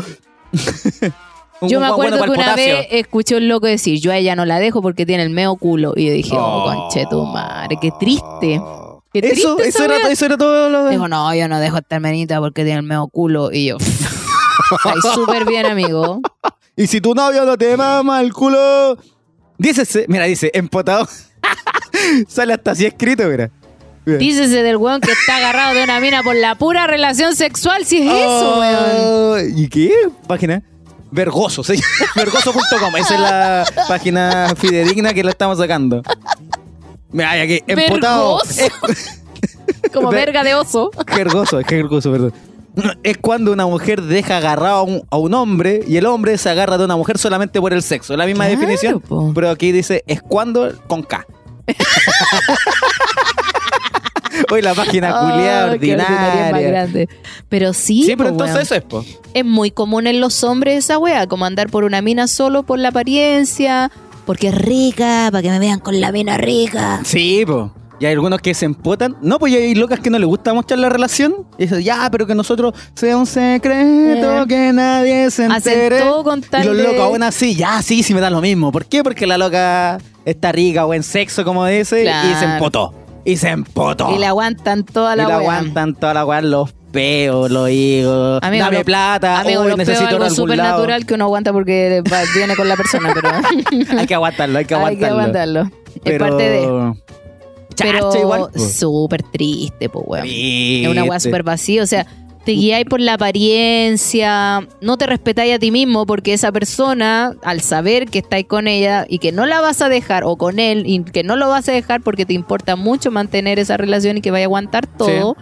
Un
Yo me
guan bueno
acuerdo
para el
que una
potasio.
vez escuché un loco decir, yo a ella no la dejo porque tiene el meo culo. Y yo dije, oh, conche tu madre, qué triste. Qué triste
Eso,
esa
eso era,
wea.
eso era todo lo
Dijo, no, yo no dejo a esta hermanita porque tiene el meo culo. Y yo, estáis súper bien, amigo.
Y si tu novio no te mama el culo. Dice, se- mira, dice, empotado. Sale hasta así escrito, mira. Mira.
Dícese del weón que está agarrado de una mina por la pura relación sexual, si es eso, weón.
Oh, ¿Y qué? Página. Vergoso, se llama. vergoso.com. Esa es la página fidedigna que la estamos sacando. Mira, hay aquí, empotado. Eh,
Vergoso.
Es-
Como
Ve-
verga de oso.
Jergoso, es jergoso, perdón. Es cuando una mujer deja agarrado a un, a un hombre y el hombre se agarra de una mujer solamente por el sexo. La misma
Claro,
definición,
po.
pero aquí dice es cuando con K. Hoy la página culiada
Ay, Ah, qué ordinaria es más
ordinaria.
grande. Pero sí,
Sí, pero
po,
entonces
weón.
eso es, po.
es muy común en los hombres esa wea, como andar por una mina solo por la apariencia, porque es rica, para que me vean con la mina rica.
Sí, po. Y hay algunos que se empotan. No, pues y hay locas que no les gusta mostrar la relación. Y dicen, ya, pero que nosotros sea un secreto
Eh.
que nadie se
Hacen
entere.
todo con tal
y los
de-
locos aún así, ya, sí, sí me dan lo mismo. ¿Por qué? Porque la loca está rica, buen sexo, como dice, y se
Claro.
empotó. Y se empotó.
Y la aguantan toda la
Y
wea.
aguantan toda la weá, los peos, los higos.
Amigo,
Dame
lo-
plata,
Amigo,
hoy
lo
necesito
peor,
ir a
algo
algún
súper
lado.
natural que uno aguanta porque va- viene con la persona, pero
Hay que aguantarlo, hay que
hay que
aguantarlo.
aguantarlo.
Pero-
Es parte de... Pero
Chacha igual, po.
súper triste, pues weón.
Sí,
Es una weá
sí.
súper vacía. O sea, te guiáis por la apariencia, no te respetáis a ti mismo porque esa persona, al saber que estáis con ella y que no la vas a dejar, o con él, y que no lo vas a dejar porque te importa mucho mantener esa relación y que vaya a aguantar todo,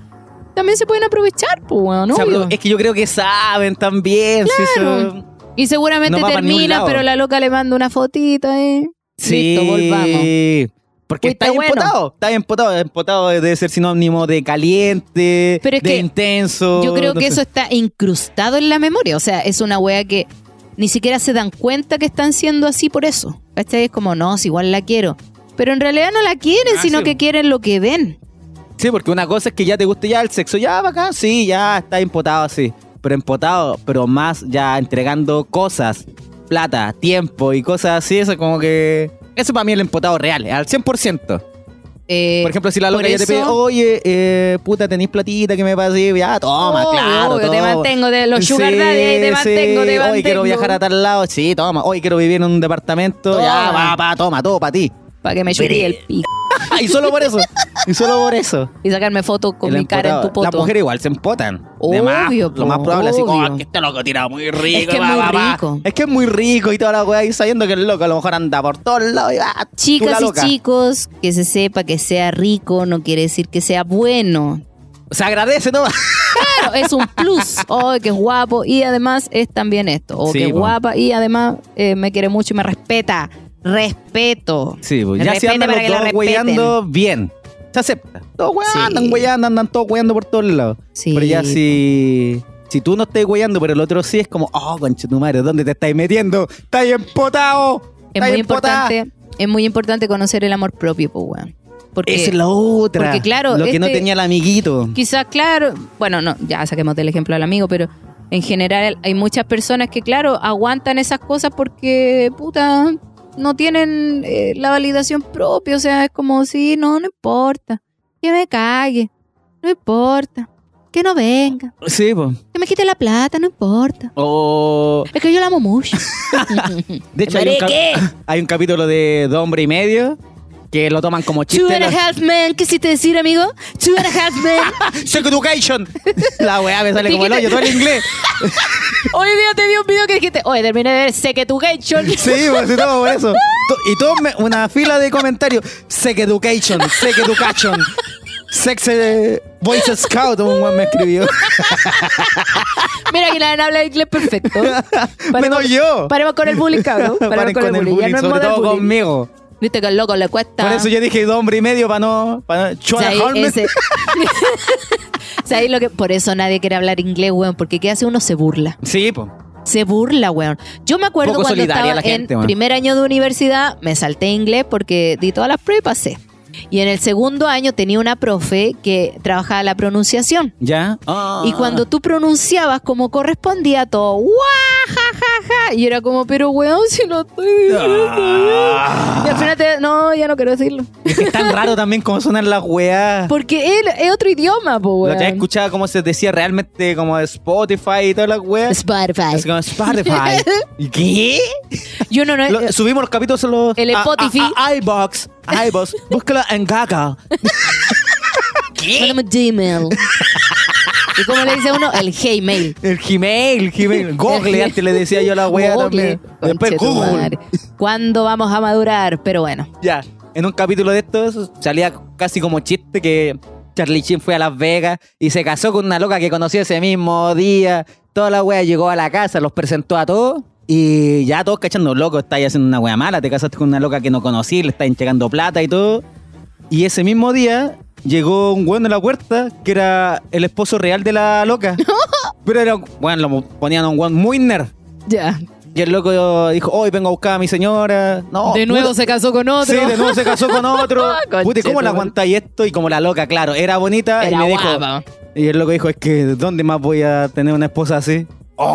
también se pueden aprovechar, pues, weón,
O sea,
obvio.
pero es que yo creo que saben también. si
Claro.
eso-
Y seguramente
no va pa' ningún
termina,
lado.
pero la loca le manda una fotita, ¿eh?
Sí.
Listo, volvamos.
Porque
Fuiste
está
bueno.
empotado, está empotado, empotado debe ser sinónimo de caliente,
Pero es
de
que
intenso.
Yo creo
no
que
sé.
eso está incrustado en la memoria. O sea, es una wea que ni siquiera se dan cuenta que están siendo así por eso. ¿Cachai? Es como, no, si igual la quiero. Pero en realidad no la quieren,
Ah,
sino
sí.
que quieren lo que ven.
Sí, porque una cosa es que ya te guste ya el sexo, ya bacán, sí, ya está empotado así. Pero empotado, pero más ya entregando cosas, plata, tiempo y cosas así, eso como que... Eso para mí es el empotado real, al 100%.
Eh,
Por ejemplo, si la
por
loca ya te
eso-
pide, "Oh, oye, eh, puta, tenés platita que me pasé, ya, toma,
obvio,
claro.
obvio, te
toma.
mantengo de los sugar
Sí,
daddy, ahí te
sí.
mantengo, te mantengo.
Hoy quiero viajar a tal lado, sí, toma. Hoy quiero vivir en un departamento, ya, va,
Toma.
va, toma, todo para ti. Ah,
Para que me chupí el pico
y solo por eso, y solo por eso.
y sacarme fotos con
El
mi cara en tu
empotado. Las
poto.
mujeres igual se empotan. de más,
Obvio, po,
lo más probable así,
obvio.
oh, es que este loco tira muy rico,
Es que es
va,
muy
va, va".
rico.
Es que es muy rico y toda la weá, y sabiendo que el loco a lo mejor anda por todos lados y va,
Chicas y
loca.
chicos, que se sepa que sea rico no quiere decir que sea bueno.
Se agradece, toma.
Claro, es un plus. Oh, que es guapo. Y además es también esto. O
Sí,
que es
po.
guapa. Y además eh, me quiere mucho y me respeta. Respeto.
Sí, pues,
Me
ya se
respeta
andan
para
los
que la
dos
respeten.
hueando bien. Se acepta. Todos huean,
Sí.
andan hueando, andan todos hueando por todos lados.
Sí.
Pero ya si, si tú no estás hueando, pero el otro sí, es como, oh, conche tu madre, ¿dónde te estáis metiendo? ¡Estáis empotado!
Es
¡Estáis
muy
empotada!
importante. Es muy importante conocer el amor propio, pues, weón. Porque
Esa es la otra.
porque, claro,
Lo que no
este-
tenía el amiguito.
quizás, claro, bueno, no, ya saquemos del ejemplo al amigo, pero en general hay muchas personas que, claro, aguantan esas cosas porque, puta, no tienen eh, la validación propia. O sea, es como, sí, no, no importa. Que me cague. No importa. Que no venga.
Sí, pues.
Que me quite la plata, no importa.
O.
Es que yo la amo mucho.
De hecho, hay un, cap- hay un capítulo de Dos Hombre y Medio que lo toman como
Two
chiste.
and a
la-
half men, ¿qué hiciste decir, amigo? Two and a half men.
Sex Education. La weá me sale como el hoyo, todo el inglés.
Hoy día te vi un video que dijiste, oye, terminé de ver Seque tu
Sí, por si todo por eso. To- Y todo me- una fila de comentarios. Sex Education, Sex Education, Sex eh, Voice Scout, un weón me escribió.
Mira que la Ana habla inglés perfecto.
Menos yo.
Paremos con el bullying, cabrón. Paremos
Paren
con, el bullying. Ya no es
sobre
moda el
todo
bullying.
conmigo.
Viste que al loco le cuesta.
Por eso yo dije dos hombre y medio para no. Para no
O sea,
Chona
ahí
Holmes.
ese- O sea, ahí lo que... Por eso nadie quiere hablar inglés, weón. Porque ¿qué hace uno? Se burla.
Sí, po.
Se burla, weón. Yo me acuerdo
Poco
cuando
solidaria
estaba
la gente,
en
weón.
primer año de universidad, me salté inglés porque di todas las pruebas y pasé. Y en el segundo año tenía una profe que trabajaba la pronunciación.
Ya. Ah.
Y cuando tú pronunciabas como correspondía todo, ¡guau! Ja, ja, ja. Y era como, pero weón, si lo estoy diciendo.
Ah.
Y al final te, no, ya no quiero decirlo.
Es que es tan raro también como sonan las weas.
Porque él es otro idioma,
La
po, weón.
otra vez escuchaba cómo se decía realmente como Spotify y todas las weas.
Spotify.
Es como Spotify. ¿Y ¿Qué?
Yo no, no.
Lo- subimos los capítulos a los
Eh, El
a- a-
Spotify.
a iBox, a iBox. Búscalo en Gaga.
Mándame Gmail. ¿Y cómo le dice uno? El Hey Mail.
El Gmail, Gmail. Google, antes le decía yo a la wea
Google.
también. Después Google.
Conchetumare. ¿Cuándo vamos a madurar? Pero bueno.
Ya. En un capítulo de estos salía casi como chiste que Charlie Chin fue a Las Vegas y se casó con una loca que conoció ese mismo día. Toda la wea llegó a la casa, los presentó a todos. Y ya todos cachando, loco, estáis haciendo una wea mala, te casaste con una loca que no conocí, le estáis entregando plata y todo. Y ese mismo día llegó un weón de la puerta que era el esposo real de la loca. Pero era, bueno, lo ponían a un weón muy nerd.
Ya.
Y el loco dijo, hoy vengo a buscar a mi señora. No,
de nuevo
puta-
se casó con otro.
Oh, Sí, de nuevo se casó con otro. Puta, ¿y ¿cómo la
Conchetumare.
aguantáis esto? Y como la loca, claro, era bonita. y
Era
me
guapa.
dijo. Y el loco dijo, es que ¿dónde más voy a tener una esposa así?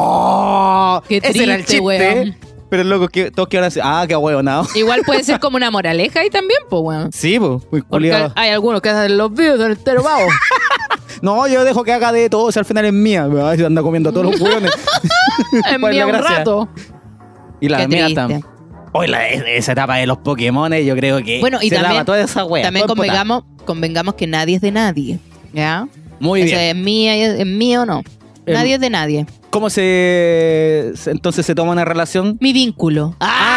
¡Oh!
Qué
Ese era el
triste,
chiste.
weón.
Pero el loco, que, todos quedaron así, ah, qué huevonao.
Igual puede ser como una moraleja ahí también, po, weón.
Sí, pues, muy
Porque
culiado.
hay algunos que hacen los videos son enteros vagos.
No, yo dejo que haga de todo, si al final es mía. Ay, se anda comiendo a todos los hueones.
En
Pues la
mí un
gracia.
rato.
Y la
Qué
mía
triste.
también. Hoy la- esa etapa de los Pokémon, yo creo que
Bueno, y
Eh, se
también-
lava toda esa wea.
También
Todo empotado.
convengamos, convengamos que nadie es de nadie. ¿Ya?
Muy
Eso
bien.
es mía, y es, es mío o no.
Em,
nadie es de nadie.
¿Cómo se, se- entonces se toma una relación?
Mi vínculo.
Ah,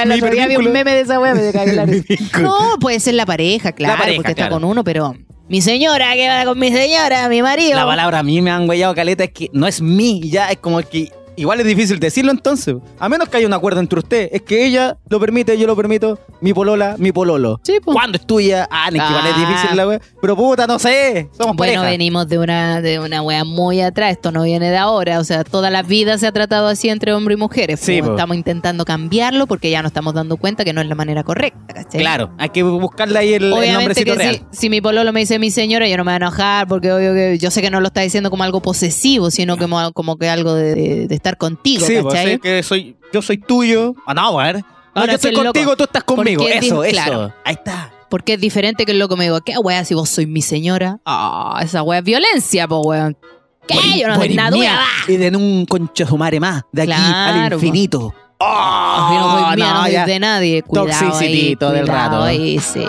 Ah, le
mi
esa weá.
vínculo.
un meme de esa weá. Me cagué la risa.
vínculo.
No, puede ser la pareja, claro,
pareja,
porque
claro.
está con uno, pero mi señora, que va con mi señora, mi marido.
La palabra a mí me han huellado caleta es que no es mí, ya es como que igual es difícil decirlo entonces. A menos que haya un acuerdo entre ustedes, es que ella lo permite, yo lo permito, mi polola, mi pololo.
Sí, pues. po.
¿Cuándo es tuya? Ah, ni que igual es
Ah.
difícil la wea. Pero puta, no sé, somos
Bueno,
pareja.
venimos de una, de una wea muy atrás, esto no viene de ahora, o sea, toda la vida se ha tratado así entre hombre y mujeres.
Sí,
po.
po.
Estamos intentando cambiarlo porque ya nos estamos dando cuenta que no es la manera correcta, ¿cachai?
Claro, hay que buscarle ahí el, el
Obviamente
nombrecito
que
real.
si, si mi pololo me dice mi señora, yo no me voy a enojar porque obvio que yo sé que no lo está diciendo como algo posesivo, sino como, como que algo de, de- de estar contigo,
Sí, pues,
¿cachai?
sí, que soy, yo soy tuyo. Ah, no, a ver. No,
Ahora
yo estoy
sí, el loco.
contigo, tú estás conmigo.
Porque es
Eso,
bien
eso.
claro.
Ahí está.
Porque es diferente que el loco me diga, ¿qué weá si vos sois mi señora? Ah, esa weá es violencia, po weón. ¿Qué? yo no soy
Bueno,
nada
mía,
weá.
Y de un concha su madre más, de aquí al
Claro,
infinito. Ah,
Yo no soy mía, Ah, no soy
pues. Oh, ya.
de nadie. Cuidado
Toxicity
ahí,
todo el
cuidado
rato.
ahí, sí.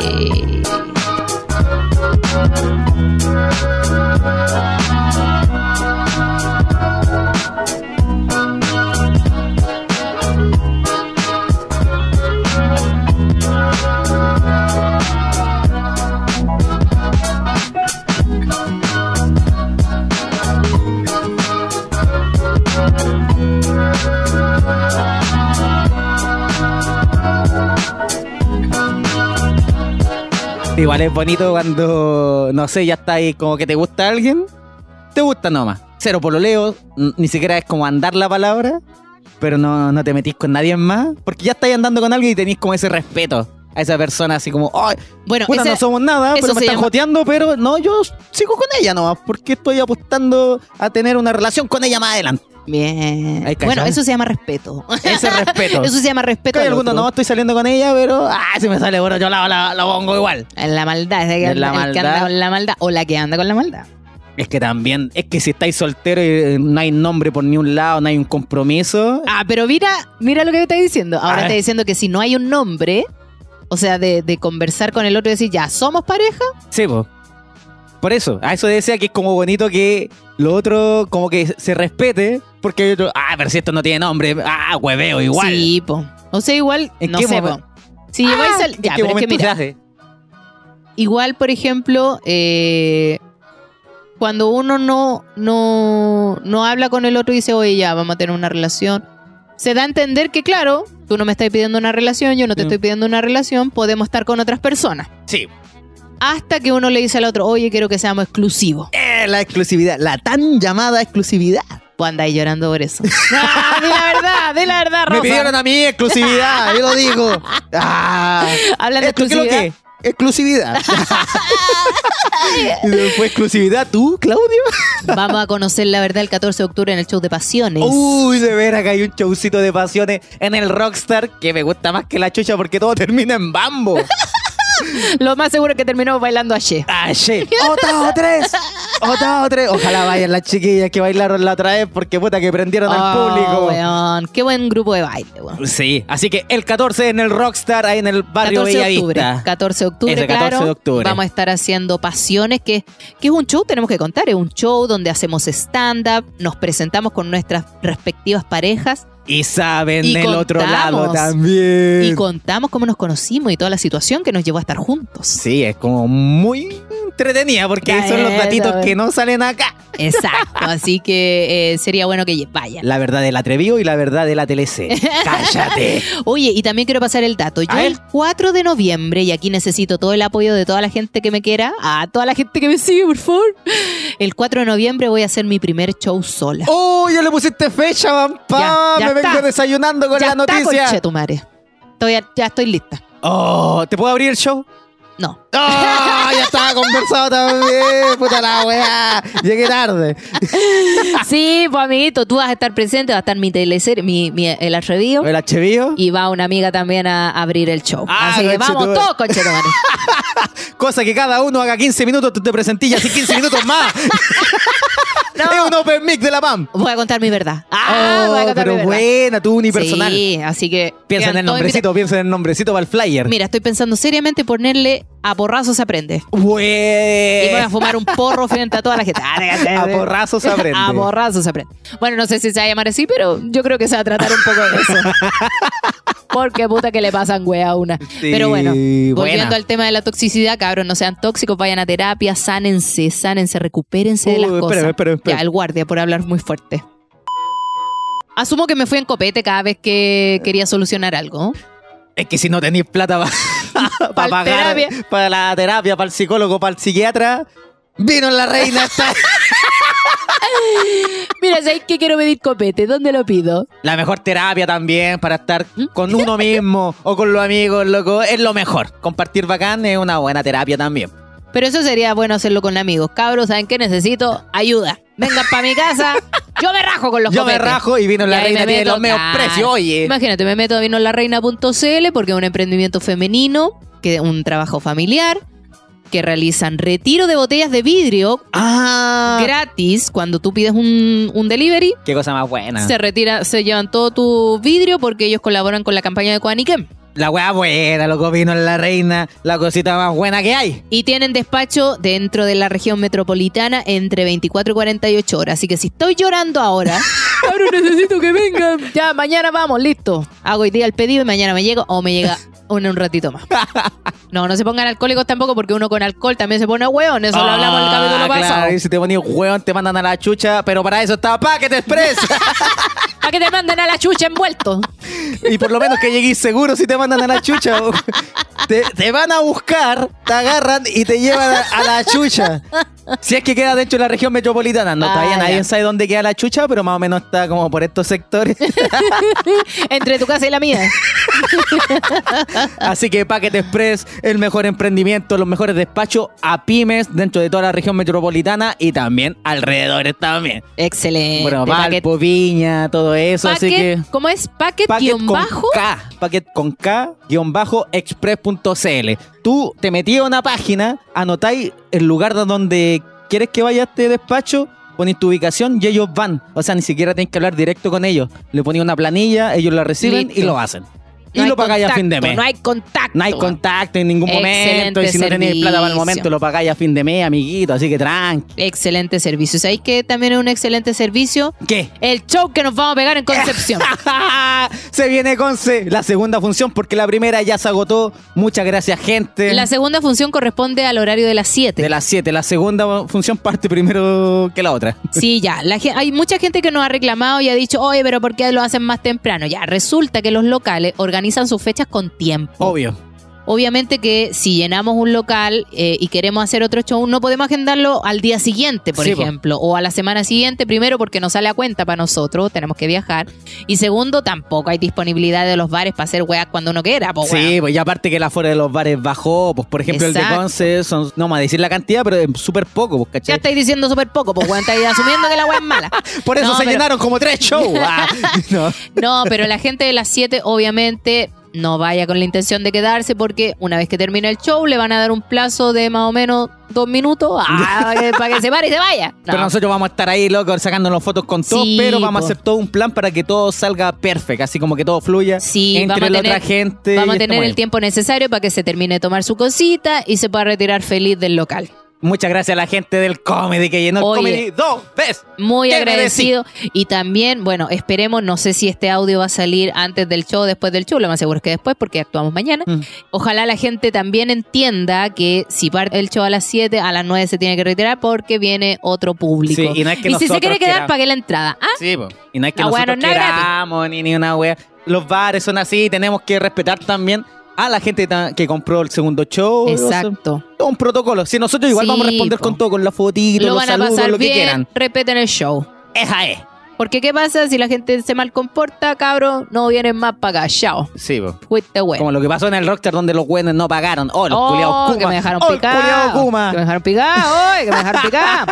Igual es bonito cuando, no sé, ya está ahí como que te gusta alguien. Te gusta nomás. Cero pololeo, n- ni siquiera es como andar la palabra, pero no, no te metís con nadie más. Porque ya estáis andando con alguien y tenéis como ese respeto a esa persona, así como, ay,
Bueno,
Puta,
ese-
no somos nada,
eso
pero me
se
están
llama-
joteando, pero no, yo sigo con ella nomás, porque estoy apostando a tener una relación con ella más adelante.
bien.
Ahí cachai.
Bueno, eso se llama respeto.
Ese respeto.
Eso se llama respeto.
Hay
al
algunos,
otro.
no, estoy saliendo con ella, pero ah, si me sale bueno, yo la, la, la pongo igual.
En la maldad, ese que
En la
anda- el que anda
maldad.
con la maldad o la que anda con la maldad.
Es que también, es que si estáis solteros y eh, no hay nombre por ni un lado, no hay un compromiso.
Ah, pero mira, mira lo que está diciendo.
A
Ahora está
ver.
diciendo que si no hay un nombre, o sea, de, de conversar con el otro y decir, ya, somos pareja,
Sí, po. Por eso, a eso decía que es como bonito que lo otro como que se respete, porque hay otro, ah, pero si esto no tiene nombre, ah, hueveo igual.
Sí, po. O sea, igual,
¿En
no
qué
sé,
momen-
po. Si lleváis al-
¿En qué
Ya, pero es que
momento se
mira,
hace?
igual, por ejemplo, eh, cuando uno no, no, no habla con el otro y dice, oye, ya, vamos a tener una relación, se da a entender que, claro, tú no me estás pidiendo una relación, yo no te
Sí.
estoy pidiendo una relación, podemos estar con otras personas.
Sí,
Hasta que uno le dice al otro, oye, quiero que seamos exclusivos.
Eh, la exclusividad, la tan llamada exclusividad.
Pues andáis llorando por eso. Ah, di la verdad, di la verdad, Rosa.
Me pidieron a mí exclusividad, yo lo digo. Ah,
Hablando de
¿Esto qué es lo
exclusividad.
que? Exclusividad. Y después exclusividad tú, Claudio.
Vamos a conocer la verdad el 14 de octubre en el show de pasiones.
Uy, de veras que hay un showcito de pasiones en el Rockstar que me gusta más que la chucha porque todo termina en bambo.
Lo más seguro es que terminamos bailando ayer.
Ayer. Otao tres. Otao tres. Ojalá vayan las chiquillas que bailaron la otra vez porque puta que prendieron al
Oh,
público.
weón. Qué buen grupo de baile, weón.
Sí, así que el 14 en el Rockstar, ahí en el barrio
14 de octubre.
Bellavista.
14 de octubre,
Ese 14 de
claro.
octubre.
Vamos a estar haciendo Pasiones, que, que es un show, tenemos que contar, es un show donde hacemos stand-up, nos presentamos con nuestras respectivas parejas
Y saben
Y
del otro lado
contamos.
también.
y contamos cómo nos conocimos y toda la situación que nos llevó a estar juntos.
Sí, es como muy entretenida porque
Ya
son los
es,
datitos
ya es.
que no salen acá.
Exacto, así que eh, sería bueno que vayan.
La verdad del atrevido y la verdad de la TLC. ¡Cállate!
Oye, y también quiero pasar el dato. Yo
A ver.
el 4 de noviembre, y aquí necesito todo el apoyo de toda la gente que me quiera, a toda la gente que me sigue, por favor. El 4 de noviembre voy a hacer mi primer show sola.
¡Oh, ya le pusiste fecha, vampá!
Ya, ya
¡Me
está.
vengo desayunando con
ya
la
está,
noticia!
conchetumare. Estoy a- ya estoy lista.
¡Oh! ¿Te puedo abrir el show?
No.
¡Ah! ya estaba conversado también! ¡Puta la weá! Llegué tarde.
Sí, pues amiguito, tú vas a estar presente, va a estar mi teleserie, mi, mi- el atrevido.
¿El achevío?
Y va una amiga también a abrir el show.
Ah,
Así que vamos
conchetumare.
todos, conchetumare.
Cosa que cada uno haga 15 minutos, tú te presentís y así 15 minutos más. Es un open mic de la PAM.
Voy a contar mi verdad. Ah, voy a
Oh,
contar mi
pero
verdad.
buena, tú unipersonal.
Sí, así que.
Piensa en el
quedan todos
nombrecito, piensa en el nombrecito para el flyer.
invitados. Mira, estoy pensando seriamente ponerle a porrazos se aprende. Y me voy a
Buena.
fumar un porro frente a toda la gente. Ah, déjate,
A porrazos se aprende.
A porrazos se aprende. Bueno, no sé si se va a llamar así, pero yo creo que se va a tratar un poco de eso. Porque puta que le pasan wea a una.
Sí,
pero bueno, volviendo
buena.
al tema de la toxicidad, cabros, no sean tóxicos, vayan a terapia, sánense, sánense, recupérense de las
Uh, espérame,
cosas.
espérame, espérame.
Ya, el guardia por hablar muy fuerte. Asumo que me fui en copete cada vez que quería solucionar algo.
Es que si no tenéis plata para
Pa'l
pagar
terapia.
para la terapia, para el psicólogo, para el psiquiatra, vino la reina. está-
Mira, ¿sabes qué quiero pedir copete? ¿Dónde lo pido?
la mejor terapia también para estar
¿Mm?
con uno mismo o con los amigos, loco. Es lo mejor. Compartir bacán es una buena terapia también.
Pero eso sería bueno hacerlo con amigos. Cabros, ¿saben qué necesito? Ayuda. Vengan para mi casa. Yo me rajo con los
Yo me
copetes.
rajo y vino
Y
la
ahí
reina
me
tiene
meto,
los medios
claro.
precios, oye.
Imagínate, me meto a vinolarreina.cl porque es un emprendimiento femenino, que es un trabajo familiar, que realizan retiro de botellas de vidrio
Ah,
gratis cuando tú pides un, un delivery.
qué cosa más buena.
Se retira, se llevan todo tu vidrio porque ellos colaboran con la campaña de Coaniquem.
La weá buena, loco, vino la reina, la cosita más buena que hay.
Y tienen despacho dentro de la región metropolitana entre 24 y 48 horas. Así que si estoy llorando ahora, ahora necesito que vengan. Ya, mañana vamos, listo. Hago hoy día el pedido y mañana me llega o me llega un, un ratito más. No, no se pongan alcohólicos tampoco porque uno con alcohol también se pone hueón. Eso lo hablamos en el capítulo
Ah, claro,
pasado.
y si te ponías hueón, te mandan a la chucha, pero para eso está Paquete Express.
Para que te manden a la chucha envuelto.
y por lo menos que llegues seguro si te mandan a la chucha. bo. te, te van a buscar, te agarran y te llevan a, a la chucha. Si es que queda dentro de la región metropolitana. No,
Ah,
todavía
ya.
nadie sabe dónde queda la chucha, pero más o menos está como por estos sectores.
Entre tu casa y la mía.
Así que Paquete Express, el mejor emprendimiento, los mejores despachos a pymes dentro de toda la región metropolitana y también alrededores también.
Excelente.
Bueno,
Paquet-
Valpo, Viña, todo eso, así
Paquet-
que...
¿Cómo es? Paquet,
Paquet
guión
con
bajo.
K, paquet con K, guión bajo, express.cl. Tú te metías a una página, anotáis el lugar de donde quieres que vaya este despacho, pones tu ubicación y ellos van. O sea, ni siquiera tienes que hablar directo con ellos. Le pones una planilla, ellos la reciben
Listo.
y lo hacen.
No
y
hay
lo pagáis a fin de
contacto,
mes.
No hay contacto.
No hay contacto en ningún momento.
Excelente
Y si no tenéis plata para el
servicio.
momento, lo pagáis a fin de mes, amiguito. Así que tranqui.
Excelente servicio. ¿Sabéis que también es un excelente servicio?
¿Qué?
El show que nos vamos a pegar en Concepción.
se viene Conce, la segunda función, porque la primera ya se agotó. Muchas gracias, gente.
La segunda función corresponde al horario de las 7.
de las 7, la segunda función parte primero que la otra.
Sí, ya. La gen- hay mucha gente que nos ha reclamado y ha dicho, oye, pero ¿por qué lo hacen más temprano? Ya, resulta que los locales organizan sus fechas con tiempo.
Obvio.
Obviamente que si llenamos un local eh, y queremos hacer otro show, no podemos agendarlo al día siguiente, por
Sí, po.
ejemplo, o a la semana siguiente, primero porque no sale a cuenta para nosotros, tenemos que viajar, y segundo, tampoco hay disponibilidad de los bares para hacer weas cuando uno quiera, po, weón.
Sí, pues ya aparte que la fuera de los bares bajó, pues por ejemplo el de
Exacto.
Conce, son, no me a decir la cantidad, pero es súper poco, pues,
Ya
¿cachai?
estáis diciendo súper poco, pues weón, estáis asumiendo que la wea es mala.
Por eso
No,
se
pero-
llenaron como tres shows. Ah, no.
No, pero la gente de las 7 obviamente no vaya con la intención de quedarse porque una vez que termine el show le van a dar un plazo de más o menos dos minutos ah, para, que, para que se pare y se vaya. No.
Pero nosotros vamos a estar ahí, loco, sacándonos fotos con todos,
Sí,
pero vamos
po.
a hacer todo un plan para que todo salga perfecto, así como que todo fluya
Sí, vamos
entre
a
la
tener-
otra gente.
Vamos a
y
tener
estamos
el
ahí.
tiempo necesario para que se termine de tomar su cosita y se pueda retirar feliz del local.
Muchas gracias a la gente del comedy que llenó
Oye.
el comedy dos veces.
Muy
Te
agradecido. Y también, bueno, esperemos, no sé si este audio va a salir antes del show, después del show, lo más seguro es que después, porque actuamos mañana.
Mm.
Ojalá la gente también entienda que si parte el show a las 7, a las 9 se tiene que retirar porque viene otro público.
Sí, y no es que
si se
nosotros
quiere quedar,
queramos.
pague la entrada. Ah,
Sí, po. Y no es que
La wea
nosotros
no es nada gratis.
queramos ni, ni una wea. Los bares son así, tenemos que respetar también a la gente ta- que compró el segundo show. o sea,
exacto.
todo un protocolo. Si nosotros igual
Sí,
vamos a responder
po.
con todo, con la fotito, los
Lo van a
saludos,
pasar
lo que
bien,
quieran.
repeten el show.
Esa es.
Porque ¿qué pasa si la gente se mal comporta, cabro? No vienen más para acá. Chao.
Sí, po.
Fuiste bueno.
Como lo que pasó en el Rockstar donde los buenos no pagaron. Oh, los culiados
oh,
Kuma.
que me dejaron
oh, el culiao
picado.
Kuma.
Que me dejaron picado, hoy, que me dejaron picado.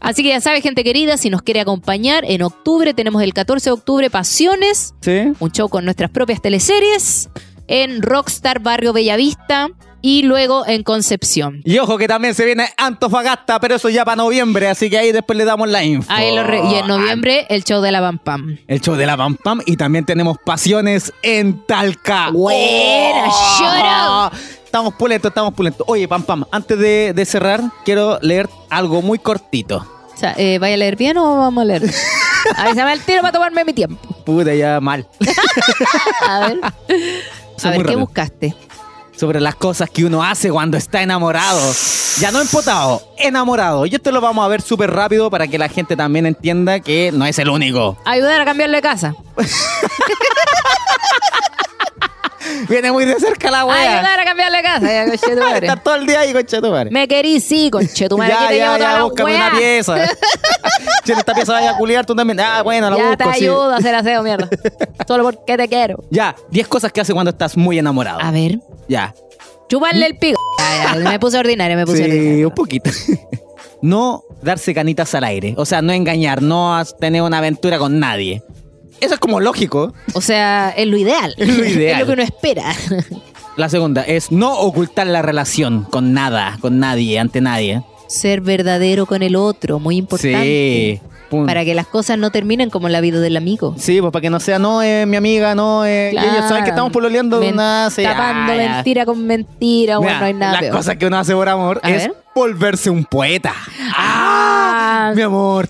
Así que ya sabes, gente querida, si nos quiere acompañar, en octubre tenemos el 14 de octubre Pasiones,
Sí.
un show con nuestras propias teleseries en Rockstar Barrio Bellavista y luego en Concepción.
Y ojo que también se viene Antofagasta, pero eso ya para noviembre, así que ahí después le damos la info. Ah,
Ahí lo re- y en
Oh,
noviembre el show de la Pam Pam.
El show de la Pam Pam y también tenemos Pasiones en Talca.
Buena,
¡Oh!
lloro.
Estamos pulentos, estamos pulentos. Oye, Pam Pam, antes de, de cerrar, quiero leer algo muy cortito.
O sea, eh, ¿vaya a leer bien o vamos a leer? Avísame al tiro para tomarme mi tiempo.
Puta, ya mal.
A ver,
Soy
a ver
muy
¿qué
rápido.
buscaste?
Sobre las cosas que uno hace cuando está enamorado. Ya no empotado, enamorado. Y esto lo vamos a ver súper rápido para que la gente también entienda que no es el único.
Ayudar a cambiarle de casa.
Viene muy de cerca la wea.
Ayudar a cambiarle de casa. ya, conchetumare.
Está todo el día ahí, concha de tu madre.
Me querís, sí, conche, tu madre. aquí
Ya,
te llevo
ya,
toda
ya,
la
búscame
weá.
una pieza. si en esta pieza vaya a culiar, tú también. Ah, bueno, la
Ya te
busco, sí.
ayudo a hacer aseo, mierda. Solo porque te quiero.
Ya, 10 cosas que hace cuando estás muy enamorado.
A ver,
Ya.
chuparle el pico. Ya, ya, me puse ordinaria, me puse
Sí,
ordinaria.
un poquito. no darse canitas al aire. O sea, no engañar, no has- tener una aventura con nadie. Eso es como lógico.
O sea, es lo ideal.
Es lo ideal.
es lo que uno espera.
La segunda es no ocultar la relación con nada, con nadie, ante nadie.
Ser verdadero con el otro, muy
Sí.
importante.
Pun-
Para que las cosas no terminen como la vida del amigo.
Sí, pues para que no sea, no, es mi amiga, no, es... y ellos saben
Claro.
que estamos pololeando,
Men-
nada, sí,
Tapando
ah, ya.
mentira con mentira, bueno,
Mira,
no hay nada
Las
peor.
cosas que uno hace por amor
A
es
ver.
volverse un poeta.
Ah,
Mi amor,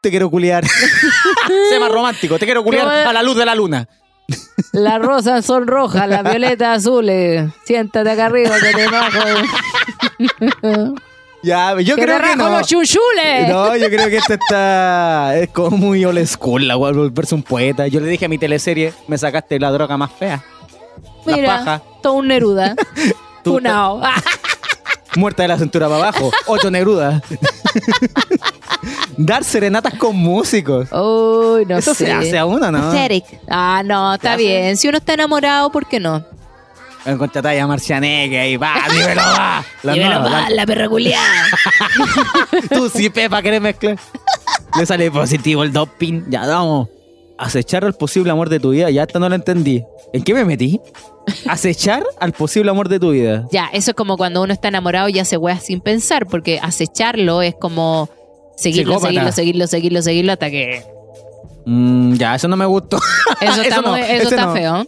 te quiero culiar. sé más romántico, te quiero culiar
Pero, eh,
a la luz de la luna.
Las rosas son rojas, las violetas azules. Siéntate acá arriba que te bajo.
Ya, yo
¡Que
creo
te
que
rajo
no.
los chunchules!
No, yo creo que esto está es como muy old school, la wea, volverse un poeta. Yo le dije a mi teleserie, me sacaste la droga más fea. La
Mira,
paja.
todo un Neruda.
Tú-
Tunao.
Muerta de la cintura para abajo, ocho negrudas. Dar serenatas con músicos.
Uy, no
Eso
sé.
se hace a uno, ¿no?
Aesthetic. Ah, no, está
hace?
bien. Si uno está enamorado, ¿por qué no?
Encontratáis a Marcianeque ahí, va, dímelo, va. La
Dímelo,
nueva,
va,
la-
la perra culiada.
Tú sí, Pepa, querés mezclar. Le sale positivo el doping. Ya, vamos. Acechar al posible amor de tu vida. Ya esta no la entendí. ¿En qué me metí? Acechar al posible amor de tu vida.
ya, eso es como cuando uno está enamorado y hace weas sin pensar, porque acecharlo es como seguirlo,
Psicópata.
seguirlo, seguirlo, seguirlo, seguirlo hasta que.
Mm, ya, eso no me gustó.
Eso está,
no,
muy- eso
ese
está
no.
feo.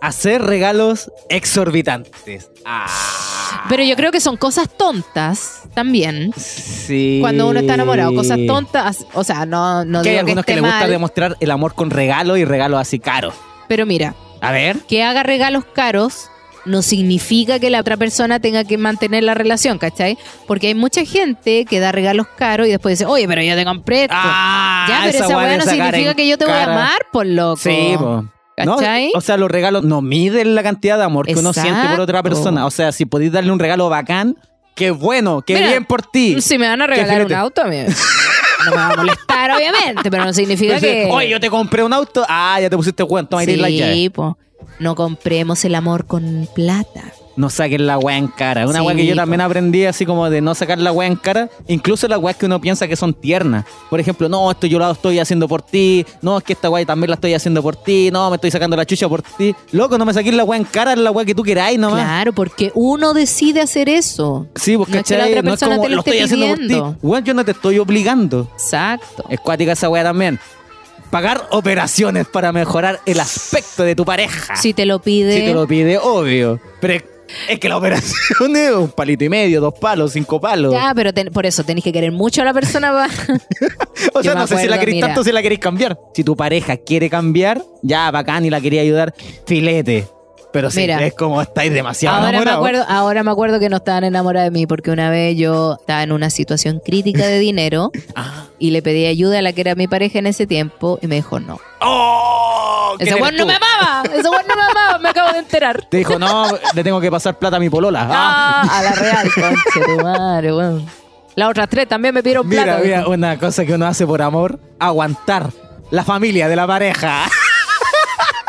Hacer regalos exorbitantes. Ah,
Pero yo creo que son cosas tontas también.
sí.
Cuando uno está enamorado, cosas tontas, o sea, no, no
Que hay
digo que
algunos que,
esté
le gusta
mal,
demostrar el amor con regalos y regalos así caros.
pero mira,
A ver.
que haga regalos caros no significa que la otra persona tenga que mantener la relación, ¿cachai? Porque hay mucha gente que da regalos caros y después dice, oye, pero yo te compré esto.
Ah,
ya, pero esa
weá
weá
de
no
sacar en
significa que yo te voy a
cara.
amar, por loco.
Sí, po. No,
¿Cachai?
o sea, los regalos no miden la cantidad de amor que uno
Exacto.
siente por otra persona. O sea, si podéis darle un regalo bacán, qué bueno, qué
Mira,
bien por ti.
si me van a regalar un
filete.
auto, a mí no me va a molestar, obviamente, pero no significa
Entonces,
que...
Pues Oye, yo te compré un auto. Ah, ya te pusiste cuenta. Toma, ahí tenés la llave.
sí, po. No compremos el amor con plata.
No saquen la weá en cara. Una
Sí,
weá que yo
po.
también aprendí así como de no sacar la weá en cara. Incluso las weas que uno piensa que son tiernas. Por ejemplo, no, esto yo lo estoy haciendo por ti. No, es que esta weá también la estoy haciendo por ti. No, me estoy sacando la chucha por ti. Loco, no me saquís la weá en cara, es la weá que tú queráis nomás.
Claro, porque uno decide hacer eso.
Sí, pues
No es que la
cachai,
otra
no es
persona
como,
te lo
lo
esté
estoy haciendo por ti.
pidiendo.
Weón, yo no te estoy obligando.
Exacto.
Es cuática esa weá también. Pagar operaciones para mejorar el aspecto de tu pareja.
Si te lo pide,
Ah. Si te lo pide, obvio. Pero es- es que la operación es un palito y medio, dos palos, cinco palos.
ya, pero ten- por eso tenés que querer mucho a la persona. va.
o sea,
yo me
no sé si
acuerdo,
la querés
mira.
tanto o si la querés cambiar. Si tu pareja quiere cambiar, ya bacán y la quería ayudar, filete. Pero si
Mira.
es como estáis demasiado
ahora me
enamorados.
acuerdo, ahora me acuerdo que no estaban enamoradas de mí porque una vez yo estaba en una situación crítica de dinero
Ah.
y le pedí ayuda a la que era mi pareja en ese tiempo y me dijo no.
¡Oh! ¿Quién
Ese
eres
weón no
tú?
me amaba, ese weón no me amaba, me acabo de enterar.
Te dijo, no, le tengo que pasar plata a mi polola. Ah.
Ah, a la real, conche tu madre, weón. Las otras tres también me pidieron
Mira,
plata.
mira, una cosa que uno hace por amor, aguantar la familia de la pareja.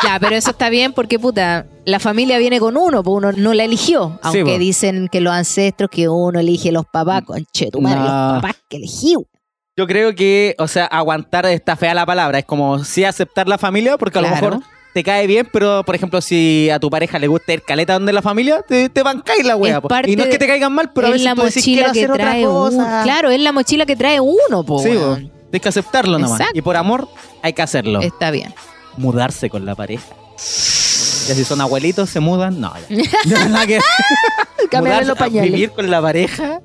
Ya, pero eso está bien porque, puta, la familia viene con uno, pues uno no la eligió.
Sí,
Aunque
po.
dicen que los ancestros, que uno elige los papás, conche tu madre,
No.
los papás que elegí. weón.
Yo creo que, o sea, aguantar está fea la palabra. Es como sí aceptar la familia, porque a lo
Claro.
mejor te cae bien, pero por ejemplo, si a tu pareja le gusta ir caleta donde la familia, te, te bancáis la wea.
Es
po.
parte
Y no es que te caigan mal, pero a
es
veces
la
tú decís,
mochila
"Quiero
que
hacer otra
trae uno.
cosa".
Claro, es la mochila que trae uno, pues.
Sí, po. Tienes que aceptarlo nomás.
Exacto.
Y por amor hay que hacerlo.
Está bien.
Mudarse con la pareja. Ya si son abuelitos, se mudan. No, ya. No, nada que-
Cambiarle los
mudarse a
pañales.
Vivir con la pareja.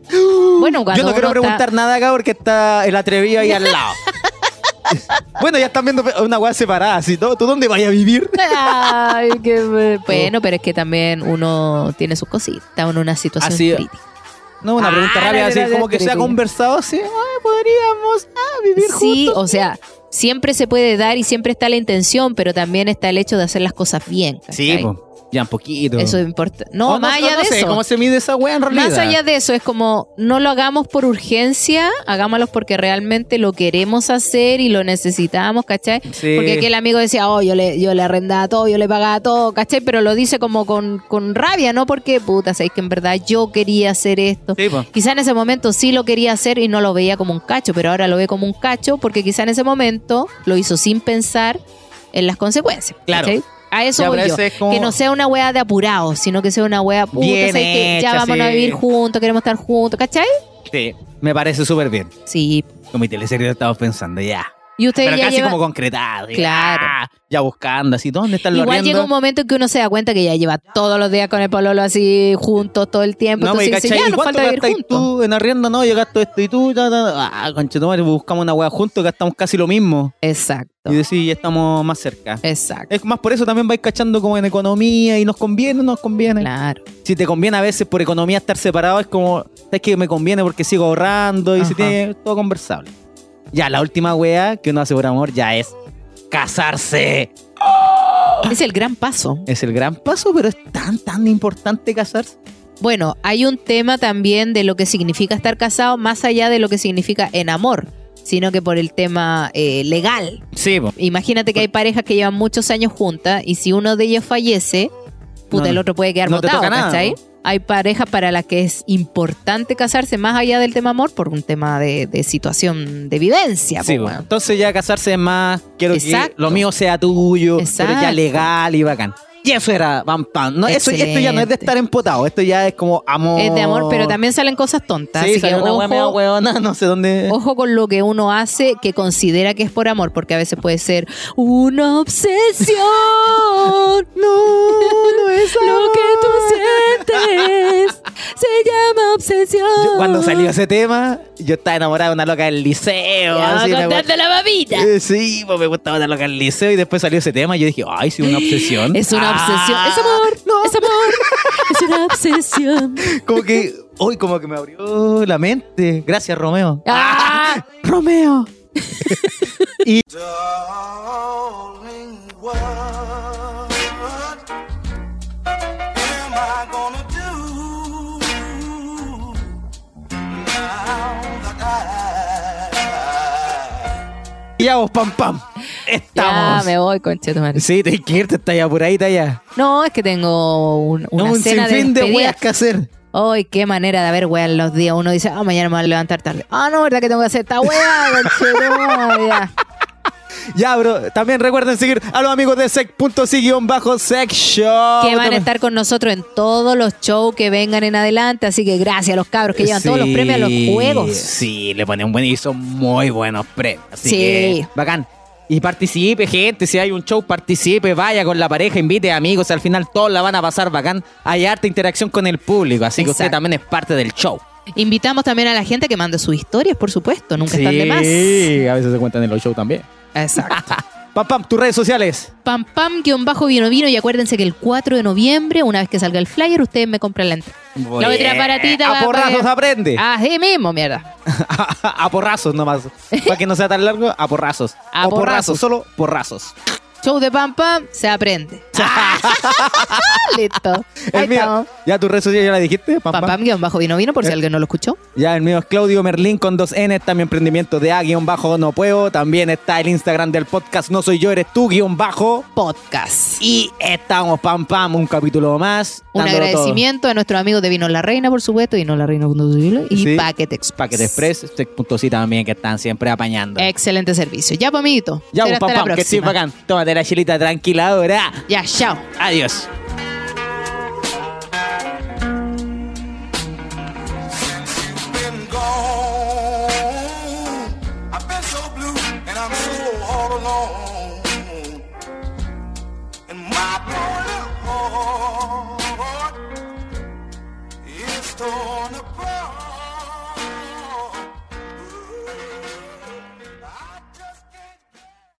Bueno, cuando
Yo no quiero
uno está-
preguntar nada acá porque está el atrevido ahí al lado. bueno, ya están viendo una weá separada, así, ¿no? ¿Tú dónde vayas a vivir?
Ay, qué be- Bueno, pero es que también uno tiene sus cositas, uno en una situación
Así-
crítica.
No, una pregunta
Ah,
rápida,
la,
así,
la, la,
como que
la,
se ha
la, la.
conversado así, ah, podríamos ah, vivir
Sí,
juntos.
o sea, siempre se puede dar y siempre está la intención, pero también está el hecho de hacer las cosas bien.
Sí,
¿cachai?
po, ya un poquito.
eso importa. No,
O
más allá
o
de
sé,
eso.
¿Cómo se mide esa weá en realidad?
Más allá de eso, es como no lo hagamos por urgencia, hagámoslo porque realmente lo queremos hacer y lo necesitamos, ¿cachai?
Sí.
Porque aquí el amigo decía, oh, yo le, yo le arrendaba todo, yo le pagaba todo, ¿cachai? Pero lo dice como con, con rabia, ¿no? Porque, puta, sabéis que en verdad yo quería hacer esto.
Sí, po.
Quizá en ese momento sí lo quería hacer y no lo veía como un cacho, pero ahora lo ve como un cacho porque quizá en ese momento lo hizo sin pensar en las consecuencias.
Claro.
¿cachai? A eso
Ya,
voy
pero
yo.
ese es como-
Que no sea una weá de apurado, sino que sea una weá puta,
Bien
¿sabes qué? ya
hecha,
vamos a
sí.
vivir juntos, queremos estar juntos, ¿cachai?
Sí, me parece súper bien.
Sí.
Con mi teleserie lo estamos pensando, ya.
Y ustedes
Pero
ya
casi
llevan-
como concretado. ya.
Claro.
Ya buscando, así, ¿dónde están los
Igual
arriendos?
llega un momento en que uno se da cuenta que ya lleva todos los días con el pololo así juntos todo el tiempo.
No, me
entonces dice,
cachai,
ya
¿y
nos
cuánto
falta vivir
gastáis
juntos.
tú en arriendo? No, yo gasto esto y tú, ta, ta, ta. ah, conchetumare, buscamos una hueá juntos, gastamos casi lo mismo.
Exacto.
Y decís, ya estamos más cerca.
Exacto.
Es más, por eso también vais cachando como en economía y nos conviene o nos conviene.
Claro.
Si te conviene a veces por economía estar separado, es como, sabes que me conviene porque sigo ahorrando y
Ajá.
se tiene todo conversable. Ya, la última hueá que uno hace por amor ya es casarse.
Es el gran paso.
Es el gran paso, pero es tan, tan importante casarse.
Bueno, hay un tema también de lo que significa estar casado, más allá de lo que significa en amor, sino que por el tema eh, legal.
Sí, po.
Imagínate que hay parejas que llevan muchos años juntas y si uno de ellos fallece, puta,
No,
el otro puede quedar
no te
botado,
toca nada,
¿cachai?
¿no?
Hay parejas para las que es importante casarse más allá del tema amor por un tema de, de situación de vivencia.
Sí,
po,
po.
weón.
Entonces ya casarse es más, quiero
Exacto.
que lo mío sea tuyo, pero
Exacto.
ya legal y bacán. Y eso era pam pam. No, eso, esto ya no es
Excelente.
de estar empotado, esto ya es como amor.
Es de amor, pero también salen cosas tontas.
Sí,
así que
salió una
ojo,
hueá medio hueona, no sé dónde.
Ojo con lo que uno hace que considera que es por amor, porque a veces puede ser una obsesión.
No, no es amor.
lo que tú sientes se llama obsesión.
Yo, cuando salió ese tema, yo estaba enamorada de una loca del liceo.
Ya,
así, una hueá-
contando la babita.
Eh, sí, pues me gustaba una loca del liceo y después salió ese tema y yo dije, ay, sí, una obsesión.
Es una obsesión.
Ah.
Es amor. Es amor. es una obsesión.
Como que, hoy como que me abrió la mente. Gracias, Romeo.
Ah.
Romeo.
Darling, what
Ya vos, pam, pam.
Ya
Estamos.
me voy, conchetumare.
Sí, te que irte, está ya por ahí, está ya.
No, es que tengo un, una
un
cena
sinfín de,
despedida.
weas que hacer.
Ay, qué manera de haber weas en los días. Uno dice, ah, mañana me voy a levantar tarde. Ah, no, ¿verdad que tengo que hacer esta wea? conchetumare, ya.
Ya, bro. También recuerden seguir a los amigos de sec.si-section.
que van a estar con nosotros en todos los shows que vengan en adelante. Así que gracias a los cabros que llevan todos los premios a los juegos.
Sí, le ponen buen y son muy buenos premios. Así
Sí.
que, bacán. Y participe, gente. Si hay un show, participe. Vaya con la pareja, invite amigos. Al final todos la van a pasar bacán. Hay harta interacción con el público. Así que usted
Exacto.
también es parte del show.
Invitamos también a la gente que mande sus historias, por supuesto. Nunca están de más.
a veces se cuentan en los shows también.
Exacto.
Pam, pam, tus redes sociales.
Pam pam guión bajo vino vino y acuérdense que el 4 de noviembre, una vez que salga el flyer, ustedes me compran la entrada. La otra paratita va
Eh, A
a
porrazos
pagar.
aprende.
Así mismo, mierda.
a porrazos nomás. Para que no sea tan largo, a porrazos.
A
o porrazos,
porrazos.
solo porrazos.
Show de pam pam se aprende. Listo. Ahí
El mío,
estamos.
ya tus redes sociales ya la dijiste. Pam, Eh.
Pam
pam.
pam guión bajo vino vino por si alguien no lo escuchó.
Ya, el mío es Claudio Merlín con dos N, está mi emprendimiento de A guión bajo no puedo. También está el Instagram del podcast No Soy Yo, eres tú guión bajo.
Podcast.
Y estamos, pam, pam, un capítulo más.
Un
dándolo todo.
agradecimiento a nuestros amigos de Vino La Reina, por supuesto, y no la reina y
Sí.
Paquete Express.
Paquete Express, Tech.si este también que están siempre apañando.
Excelente servicio. Ya, pues, amiguito.
ya,
Eh, será
un pam,
hasta la
pam, que estés
próxima.
bacán. Tómate la chilita tranquila ahora.
Ya, chao.
Adiós.